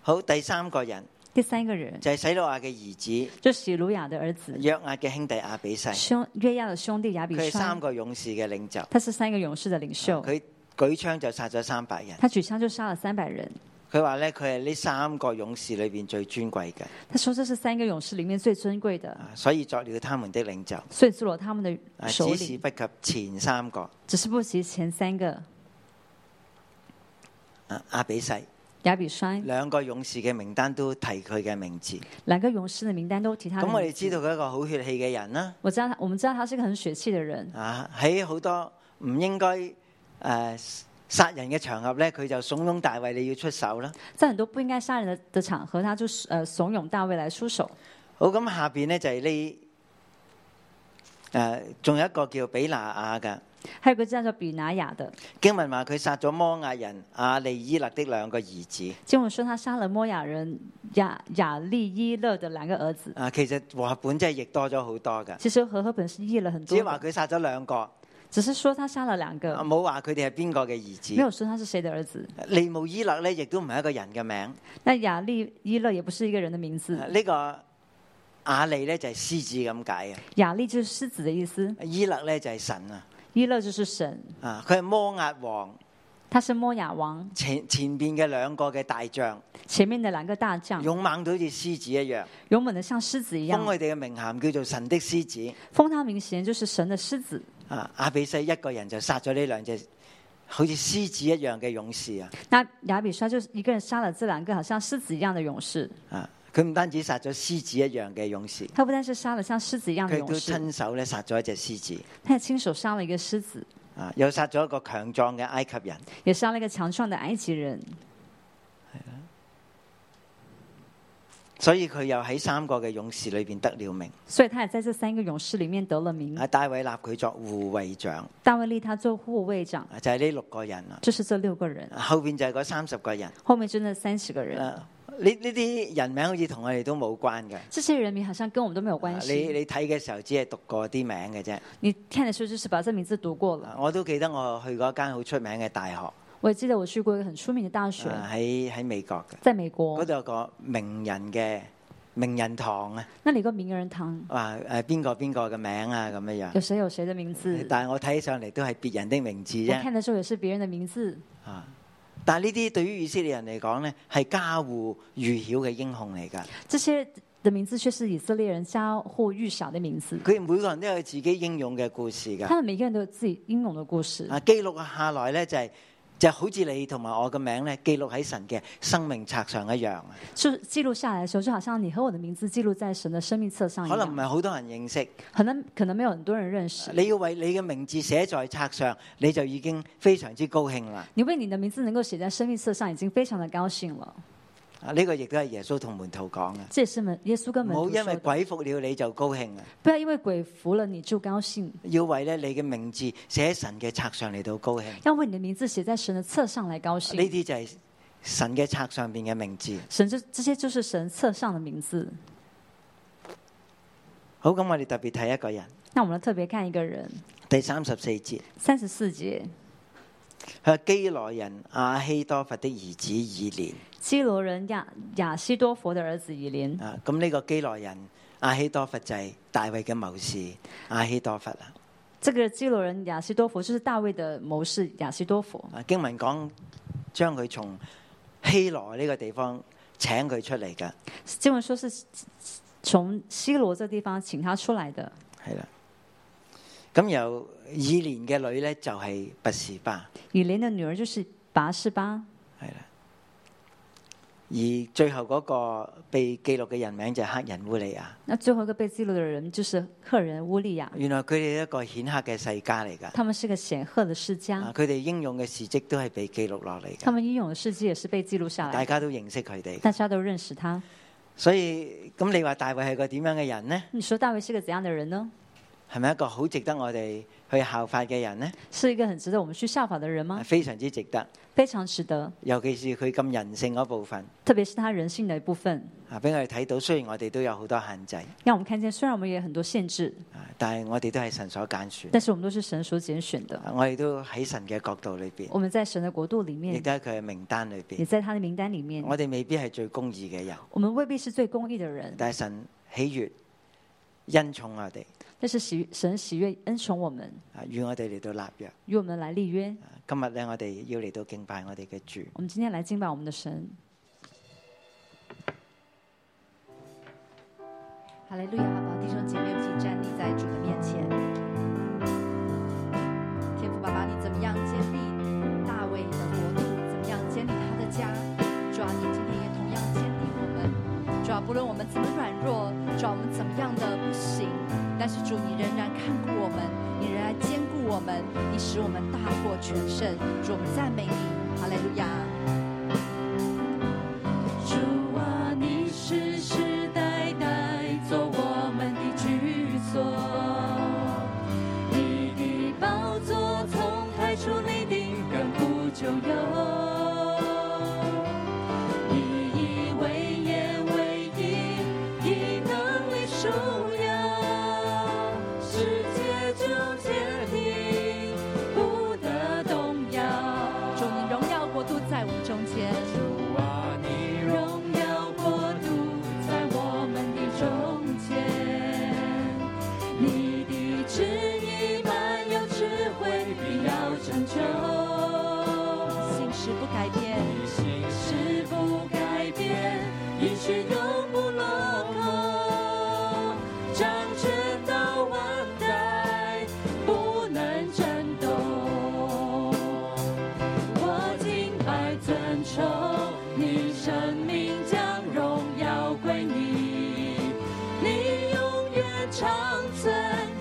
S2: 好，第三個人
S3: 第三个人
S2: 就係洗魯亞嘅兒子
S3: 就是喜鲁雅的儿子
S2: 約押嘅兄弟亞比世，
S3: 兄约亚的兄弟亚比
S2: 佢係三啊
S3: 栓，
S2: 個勇士嘅領袖，
S3: 他是三个勇士的领袖，
S2: 佢舉槍就殺咗三百人。
S3: 他举枪就杀了三百人。
S2: 佢話咧，佢係呢三個勇士裏边最尊貴嘅，
S3: 他说这是三个勇士里面最尊贵的，
S2: 啊所以作了他們的領袖。
S3: 所以做了他们
S2: 啊
S3: 的首
S2: 只是
S3: 领，
S2: 不及前三個
S3: 只是不及前三个
S2: 啊阿比世，
S3: 亚比栓
S2: 兩個勇士嘅名單都提佢嘅名字。
S3: 两个勇士的名单都提他的
S2: 咁我哋
S3: 名字。
S2: 知道佢一個好血氣嘅人啦，
S3: 我知道他，我们知道他是个很血气的人，
S2: 啊喺好多唔應該诶杀人嘅場合咧，佢就慫恿大衛你要出手啦。
S3: 在很多不应该杀人的的场合，他就是呃怂恿大卫来出手。
S2: 好，咁下边咧就係呢诶，仲、有一個叫比拿亞嘅
S3: 还有个叫做比拿雅的，
S2: 經文話佢殺咗摩亞人阿利伊勒的兩個兒子。
S3: 经文说他杀了摩雅人雅雅利伊勒的两个儿子。
S2: 啊，其實和合本真係亦多咗好多噶，
S3: 其实和合本是译了很
S2: 只
S3: 多
S2: 係話
S3: 的，
S2: 佢殺咗兩個，啊
S3: 只是说他杀了两个，
S2: 冇話佢哋係邊個嘅兒
S3: 没
S2: 子。
S3: 有说他是谁的儿子。
S2: 利姆伊勒咧，亦都唔係一個人嘅名。
S3: 那雅利伊勒也不是一个人的名
S2: 啊
S3: 字，
S2: 呢、個雅利咧就係獅子咁解嘅，啊
S3: 雅利就是狮子的意思，
S2: 伊勒咧就係神啊。
S3: 伊勒就是神，
S2: 啊，佢係摩押王
S3: 他是摩亚王
S2: 前前边嘅兩個嘅大將，
S3: 前面的两个大将，
S2: 勇猛到好似獅子一樣，
S3: 勇猛的像狮啊子一
S2: 封
S3: 样，
S2: 佢哋嘅名銜叫做神的獅子。
S3: 封他名衔就是神的狮子。
S2: 啊，阿比西一個人就殺咗呢兩隻好似獅子一樣嘅勇士啊！
S3: 那亚比衰就是一个人杀了这两个好像狮子一样的勇士，
S2: 啊，佢唔單止殺咗獅子一樣嘅勇士，
S3: 他不但是杀了像狮子一样的
S2: 佢亦都
S3: 勇士，
S2: 親手咧殺咗一隻獅子，
S3: 他也亲手杀了一个狮子，
S2: 啊，又殺咗一個強壯嘅埃及人。
S3: 也杀了一个强壮的埃及人。
S2: 所以佢又喺三個嘅勇士裏边得了名。
S3: 所以他也在这三个勇士里面得了名。
S2: 啊，大衛立佢作護衛長，
S3: 大卫立他做护卫长，
S2: 啊就係呢六個人啦。
S3: 就是这六个人，
S2: 後边就係嗰三十個人。
S3: 后面真的三十个人。
S2: 啊呢呢啲人名好似同我哋都冇關嘅。
S3: 这些人名好像跟我们都没有
S2: 啊
S3: 关
S2: 你
S3: 系。
S2: 你睇嘅時候只係讀過啲名嘅啫。
S3: 你看的时候就是把这名字读过了。
S2: 啊我都記得我去過一間好出名嘅大學，啊
S3: 我也记得我去过一个很出名的大学，
S2: 喺喺美國嘅，
S3: 在美
S2: 嗰
S3: 国，
S2: 度有個名人嘅名人堂啊，
S3: 那里有个名人堂，
S2: 話诶啊呃邊個邊個嘅名啊咁樣
S3: 有
S2: 樣。
S3: 谁有谁的名字。
S2: 但係我睇起上嚟都係別人的名字
S3: 嗯我
S2: 啫。
S3: 看的时候也是别人的名字，
S2: 啊！但係呢啲對於以色列人嚟講呢係家户預曉嘅英雄嚟㗎。
S3: 这些的名字却是以色列人家或预晓的名字。
S2: 佢哋每個人都有自己英勇嘅故事
S3: 他
S2: 㗎。
S3: 们每个人都有自己英勇的故事，
S2: 啊，記錄下來呢，就係就好似你同埋我嘅名呢，記錄喺神嘅生命冊上一樣。
S3: 就记录下来的时候，就好像你和我的名字记录在神的生命册上一
S2: 可能唔
S3: 样。
S2: 係好多人認識，
S3: 可能可能没有很多人认识，
S2: 你要為你嘅名字寫在冊上，你就已經非常之高興啦。
S3: 你为你的名字能够写在生命册上，已经非常的高兴了。
S2: 啊，呢個亦都係耶穌同門徒講嘅，
S3: 这也是门耶稣跟
S2: 唔
S3: 门
S2: 好
S3: 徒
S2: 因
S3: 说
S2: 為
S3: 的，
S2: 鬼服了你就高興啊！
S3: 不要因为鬼服了你就高兴，
S2: 要為咧你嘅名字寫喺神嘅冊上嚟到高興。
S3: 要为你的名字写在神的册上来高
S2: 呢
S3: 兴。
S2: 啲就係神嘅冊上边嘅名字。
S3: 神这这些就是神册上的名字。
S2: 好，咁我哋特別睇一個人，
S3: 那我们来特别看一个人，
S2: 第三十四節，
S3: 三十四节，
S2: 佢係基羅人亞希多佛的兒子以連
S3: 基罗人亚亚西多佛的儿子以连。
S2: 啊。咁呢個基羅人亞希多佛就係大衛嘅謀士亞希多佛啦。
S3: 这个基罗人亚西多佛就是大卫的谋士亚西多佛。
S2: 啊，經文講將佢從希羅呢個地方請佢出嚟㗎，
S3: 经文说是从西罗这地方请他出来的。
S2: 係啦。咁由以連嘅女呢，就係拔士巴，
S3: 以连的女儿就是拔示巴，
S2: 係啦。而最後嗰個被記錄嘅人名就係黑人烏利亞。
S3: 那最后一个被记录的人就是赫人乌利亚，
S2: 原來佢哋一個顯赫嘅世家嚟㗎。
S3: 他们是个显赫的世
S2: 啊
S3: 家，
S2: 佢哋英勇嘅事迹都係被記錄落嚟
S3: 他
S2: 嘅，
S3: 们英勇的事迹也是被记录下
S2: 大
S3: 来的，
S2: 家都認識佢哋。
S3: 大家都认识他。
S2: 所以咁你話大衛係個點樣嘅人呢？
S3: 你说大卫是个怎样的人呢？
S2: 係咪一個好值得我哋去效法嘅人呢？
S3: 是一个很值得我们去效法的人吗？
S2: 非常之值得，
S3: 非常值得，
S2: 尤其是佢咁人性嗰部分
S3: 特别是他人性的一部分，
S2: 啊，俾我哋睇到。雖然我哋都有好多限制，
S3: 让我们看见，虽然我们也有很多限制，
S2: 啊但係我哋都係神所揀選，
S3: 但是我们都是神所拣选的，
S2: 啊我哋都喺神嘅角度裏边，
S3: 我们在神的国度里
S2: 亦
S3: 面，
S2: 都喺佢嘅名單裏
S3: 也
S2: 边。
S3: 在他的名单里面。
S2: 我哋未必係最公義嘅人，
S3: 我们未必是最公义的人，
S2: 但係神喜悦恩寵我哋，
S3: 但是喜神喜悦恩宠我们，
S2: 啊，與我哋嚟到立約。
S3: 与我们来立约。
S2: 今日咧，我哋要嚟到敬拜我哋嘅主。
S3: 我们今天来敬拜我们的神。
S4: 哈利路亚，好不好？弟兄姐妹，我们请站立在主的面前。天父爸爸，你怎么样建立大卫的国度？怎么样建立他的家？主啊，你今天也同样坚定我们。主啊，不论我们怎么软弱，主啊，我们怎么样的不行，但是主，你仍然看顾我们，你仍然坚固我们，你使我们大获全胜。主，我们赞美你，哈利路亚。
S5: 主啊，你世世代代做我们的居所，你的宝座从太初立定，亘古就有。你以为言为义，以能力收养，世界就坚定，不得动摇。
S4: 主，你荣耀国度在我们中间。
S5: 主啊，你荣耀国度在我们的中间，你的旨意满有智慧，长存，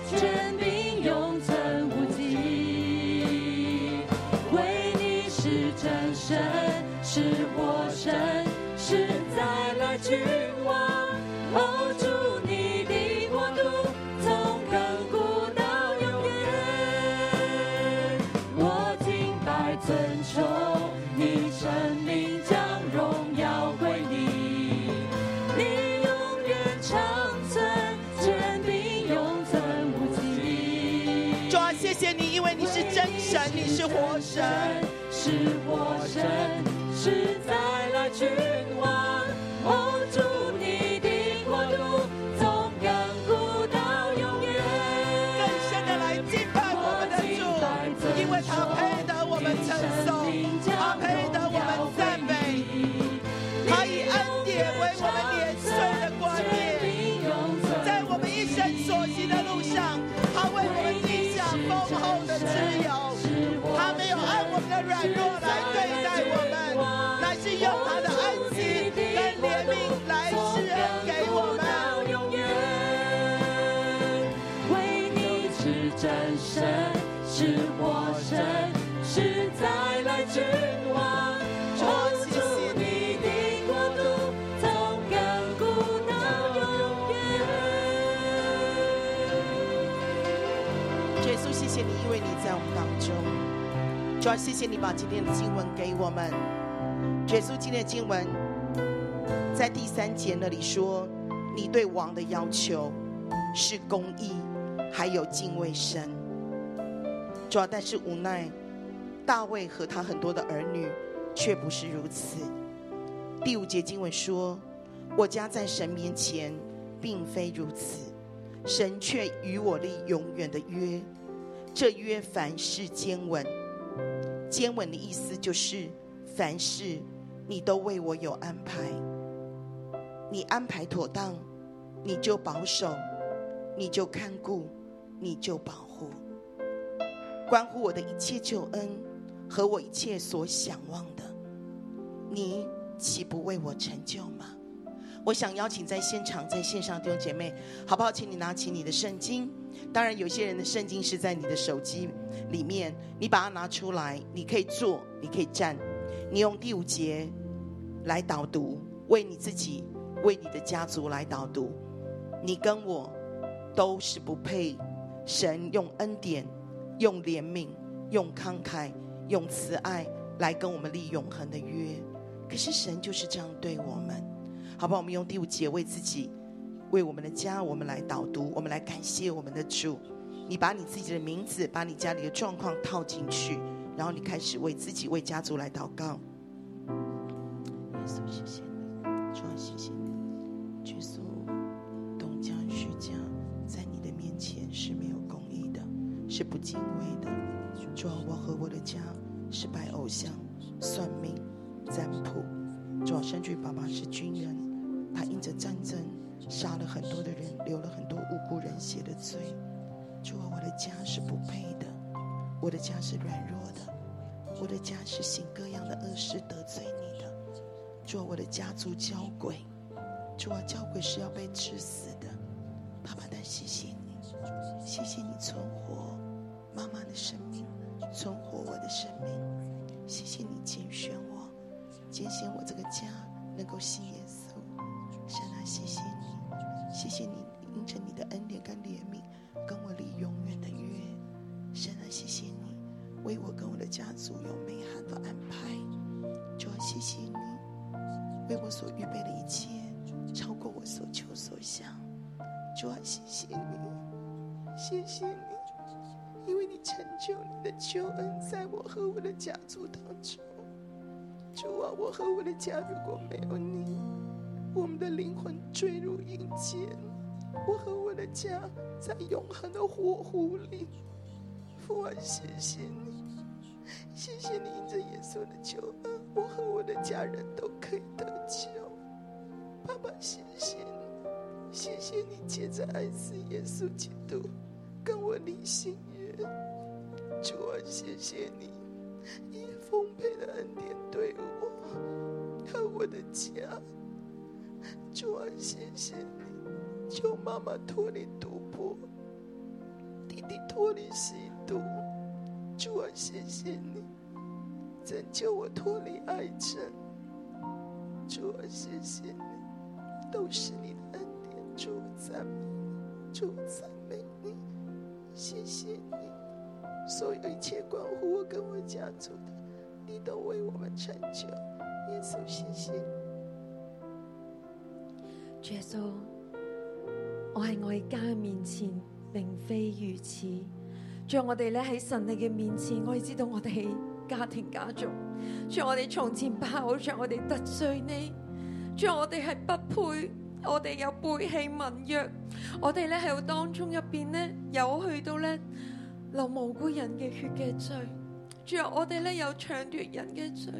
S5: 权柄永存无极。唯你是真神，是我神，是再来君王。哦，主你的国度从亘古到永远。我敬拜尊崇你，生命将荣耀归你。你永远长存，权柄永存无极。
S6: 主啊，谢谢你，因为你是真神，你是活神。
S5: 是我神，是再来君王。哦，主你的国度从亘古到永远。
S6: 更深的来敬拜我们的主，因为他配得我们称颂，他配得我们赞美，他以恩典为我们年岁的冠冕，在我们一生所行的路上，他为我们立下丰厚的自由，他没有按我们的软弱来对待我们，乃是用他的恩慈跟怜悯来施恩给我们。
S5: 永远，为你是真神，是我神，是再来君王。哦，主你的国度从亘古到永远。
S6: 主耶稣，谢谢你，因为你在我们当中。主啊，谢谢你把今天的经文给我们。主耶稣，今天的经文在第三节那里说，你对王的要求是公义，还有敬畏神。主啊，但是无奈，大卫和他很多的儿女却不是如此。第五节经文说：“我家在神面前，并非如此。”神却与我立永远的约，这约凡事坚稳。坚稳的意思就是，凡事你都为我有安排，你安排妥当，你就保守，你就看顾，你就保护，关乎我的一切救恩和我一切所想望的，你岂不为我成就吗？我想邀请在现场、在线上的弟兄姐妹，好不好？请你拿起你的圣经。当然，有些人的圣经是在你的手机里面，你把它拿出来，你可以坐，你可以站，你用第五节来导读，为你自己、为你的家族来导读。你跟我都是不配，神用恩典、用怜悯、用慷慨、用慈爱来跟我们立永恒的约。可是神就是这样对我们。好不好？我们用第五节为自己、为我们的家，我们来导读，我们来感谢我们的主。你把你自己的名字，把你家里的状况套进去，然后你开始为自己、为家族来祷告。耶稣，谢谢你，主啊，谢谢你，耶稣，东家虚家，在你的面前是没有公义的，是不敬畏的。主啊，我和我的家是拜偶像、算命、占卜。主啊，甚至于爸爸是军人，他因着战争杀了很多的人，流了很多无辜人血的罪。主啊，我的家是不配的，我的家是软弱的，我的家是行各样的恶事得罪你的。主啊，我的家族交鬼，主啊，交鬼是要被治死的。爸爸，但谢谢你，谢谢你存活妈妈的生命，存活我的生命，谢谢你拣选我。拣选我这个家能够信耶稣。神啊，谢谢你，谢谢你因着你的恩典跟怜悯，跟我立永远的约。神啊，谢谢你为我跟我的家族有美好的安排。主啊，谢谢你为我所预备的一切超过我所求所想。主啊，谢谢你，谢谢你，因为你成就你的救恩在我和我的家族当中。主啊，我和我的家如果没有你，我们的灵魂坠入阴间，我和我的家在永恒的火湖里。父啊，谢谢你，谢谢你因着耶稣的救恩，我和我的家人都可以得救。爸爸，谢谢你，谢谢你借着爱子耶稣基督跟我立新约。主啊，谢谢你。你丰沛的恩典对我和我的家。主啊，谢谢你，求妈妈脱离赌博，弟弟脱离吸毒。主啊，谢谢你拯救我脱离癌症。主啊，谢谢你，都是你的恩典。主赞美你，主赞美你，谢谢你，所有一切关乎我跟我家族的，你都为我们成就。耶稣，谢谢你。
S7: 主耶稣，我喺我嘅家嘅面前，並非如此。主啊，我哋咧喺神你嘅面前，我哋知道我哋係家庭家族。主啊，我哋從前不孝，主啊，我哋得罪你。主啊，我哋係不配，我哋有背棄盟約，我哋咧喺當中入邊咧有去到咧流無辜人嘅血嘅罪。主啊，我哋咧有搶奪人嘅罪。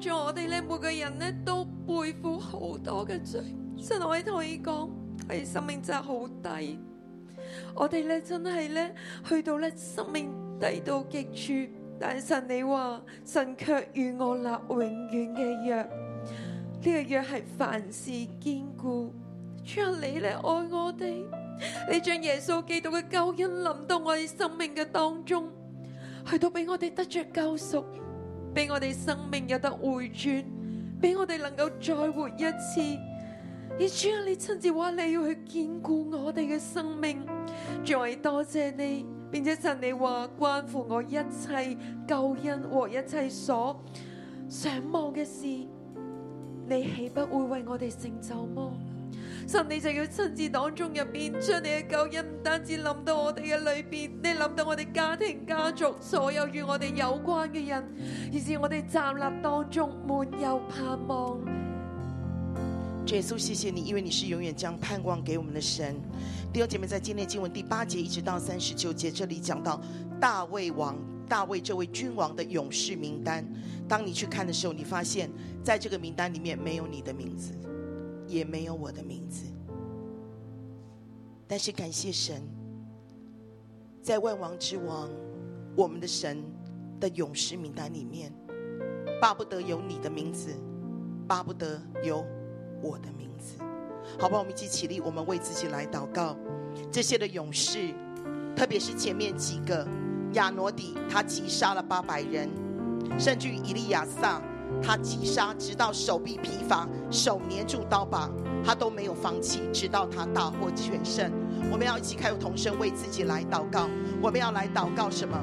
S7: 主啊，我哋咧每個人咧都背負好多嘅罪。神，我喺同你講，我哋生命真係好低，我哋咧真係咧去到咧生命低到極處，但係神你話，神卻與我立永遠嘅約，呢、個約係凡事堅固。主啊，你咧愛我哋，你將耶穌基督嘅救恩臨到我哋生命嘅當中，去到俾我哋得着救贖，俾我哋生命有得回轉，俾我哋能夠再活一次。而主啊，你親自話你要去堅固我哋嘅生命，主我哋多謝你，並且神你話關乎我一切救恩和一切所想望嘅事，你豈不會為我哋成就麼？神你就要親自當中入邊將你嘅救恩唔單止諗到我哋嘅裏邊，你諗到我哋家庭家族所有與我哋有關嘅人，以致我哋站立當中滿有盼望。
S6: 主耶稣，谢谢你，因为你是永远将盼望给我们的神。弟兄姐妹，在今天经文第八节一直到三十九节，这里讲到大卫王，大卫这位君王的勇士名单。当你去看的时候，你发现在这个名单里面没有你的名字，也没有我的名字。但是感谢神，在万王之王，我们的神的勇士名单里面，巴不得有你的名字，巴不得有我的名字。好吧，我们一起起立，我们为自己来祷告。这些的勇士，特别是前面几个亚挪底，他击杀了八百人，甚至于以利亚撒，他击杀直到手臂疲乏，手粘住刀把，他都没有放弃，直到他大获全胜。我们要一起开口同声为自己来祷告，我们要来祷告什么？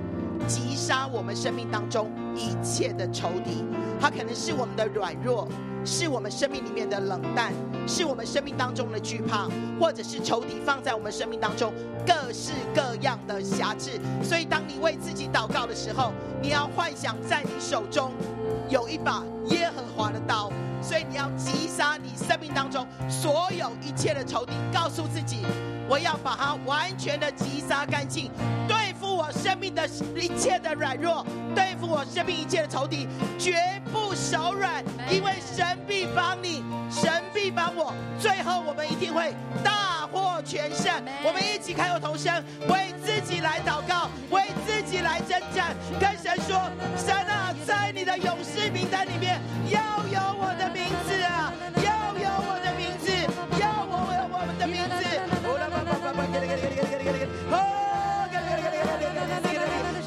S6: 击杀我们生命当中一切的仇敌，他可能是我们的软弱，是我们生命里面的冷淡，是我们生命当中的惧怕，或者是仇敌放在我们生命当中各式各样的瑕疵。所以，当你为自己祷告的时候，你要幻想在你手中有一把耶和华的刀，所以你要击杀你生命当中所有一切的仇敌，告诉自己，我要把它完全的击杀干净，对付我生命的一切的软弱，对付我生命一切的仇敌，绝不手软，因为神必帮你，神必帮我，最后我们一定会大获全胜。我们一起开口同声，为自己来祷告，为自己来征战，跟神说：神啊，在你的勇士名单里面，要有我的名字啊，要有我的名字，要我有我们的名字。Oh,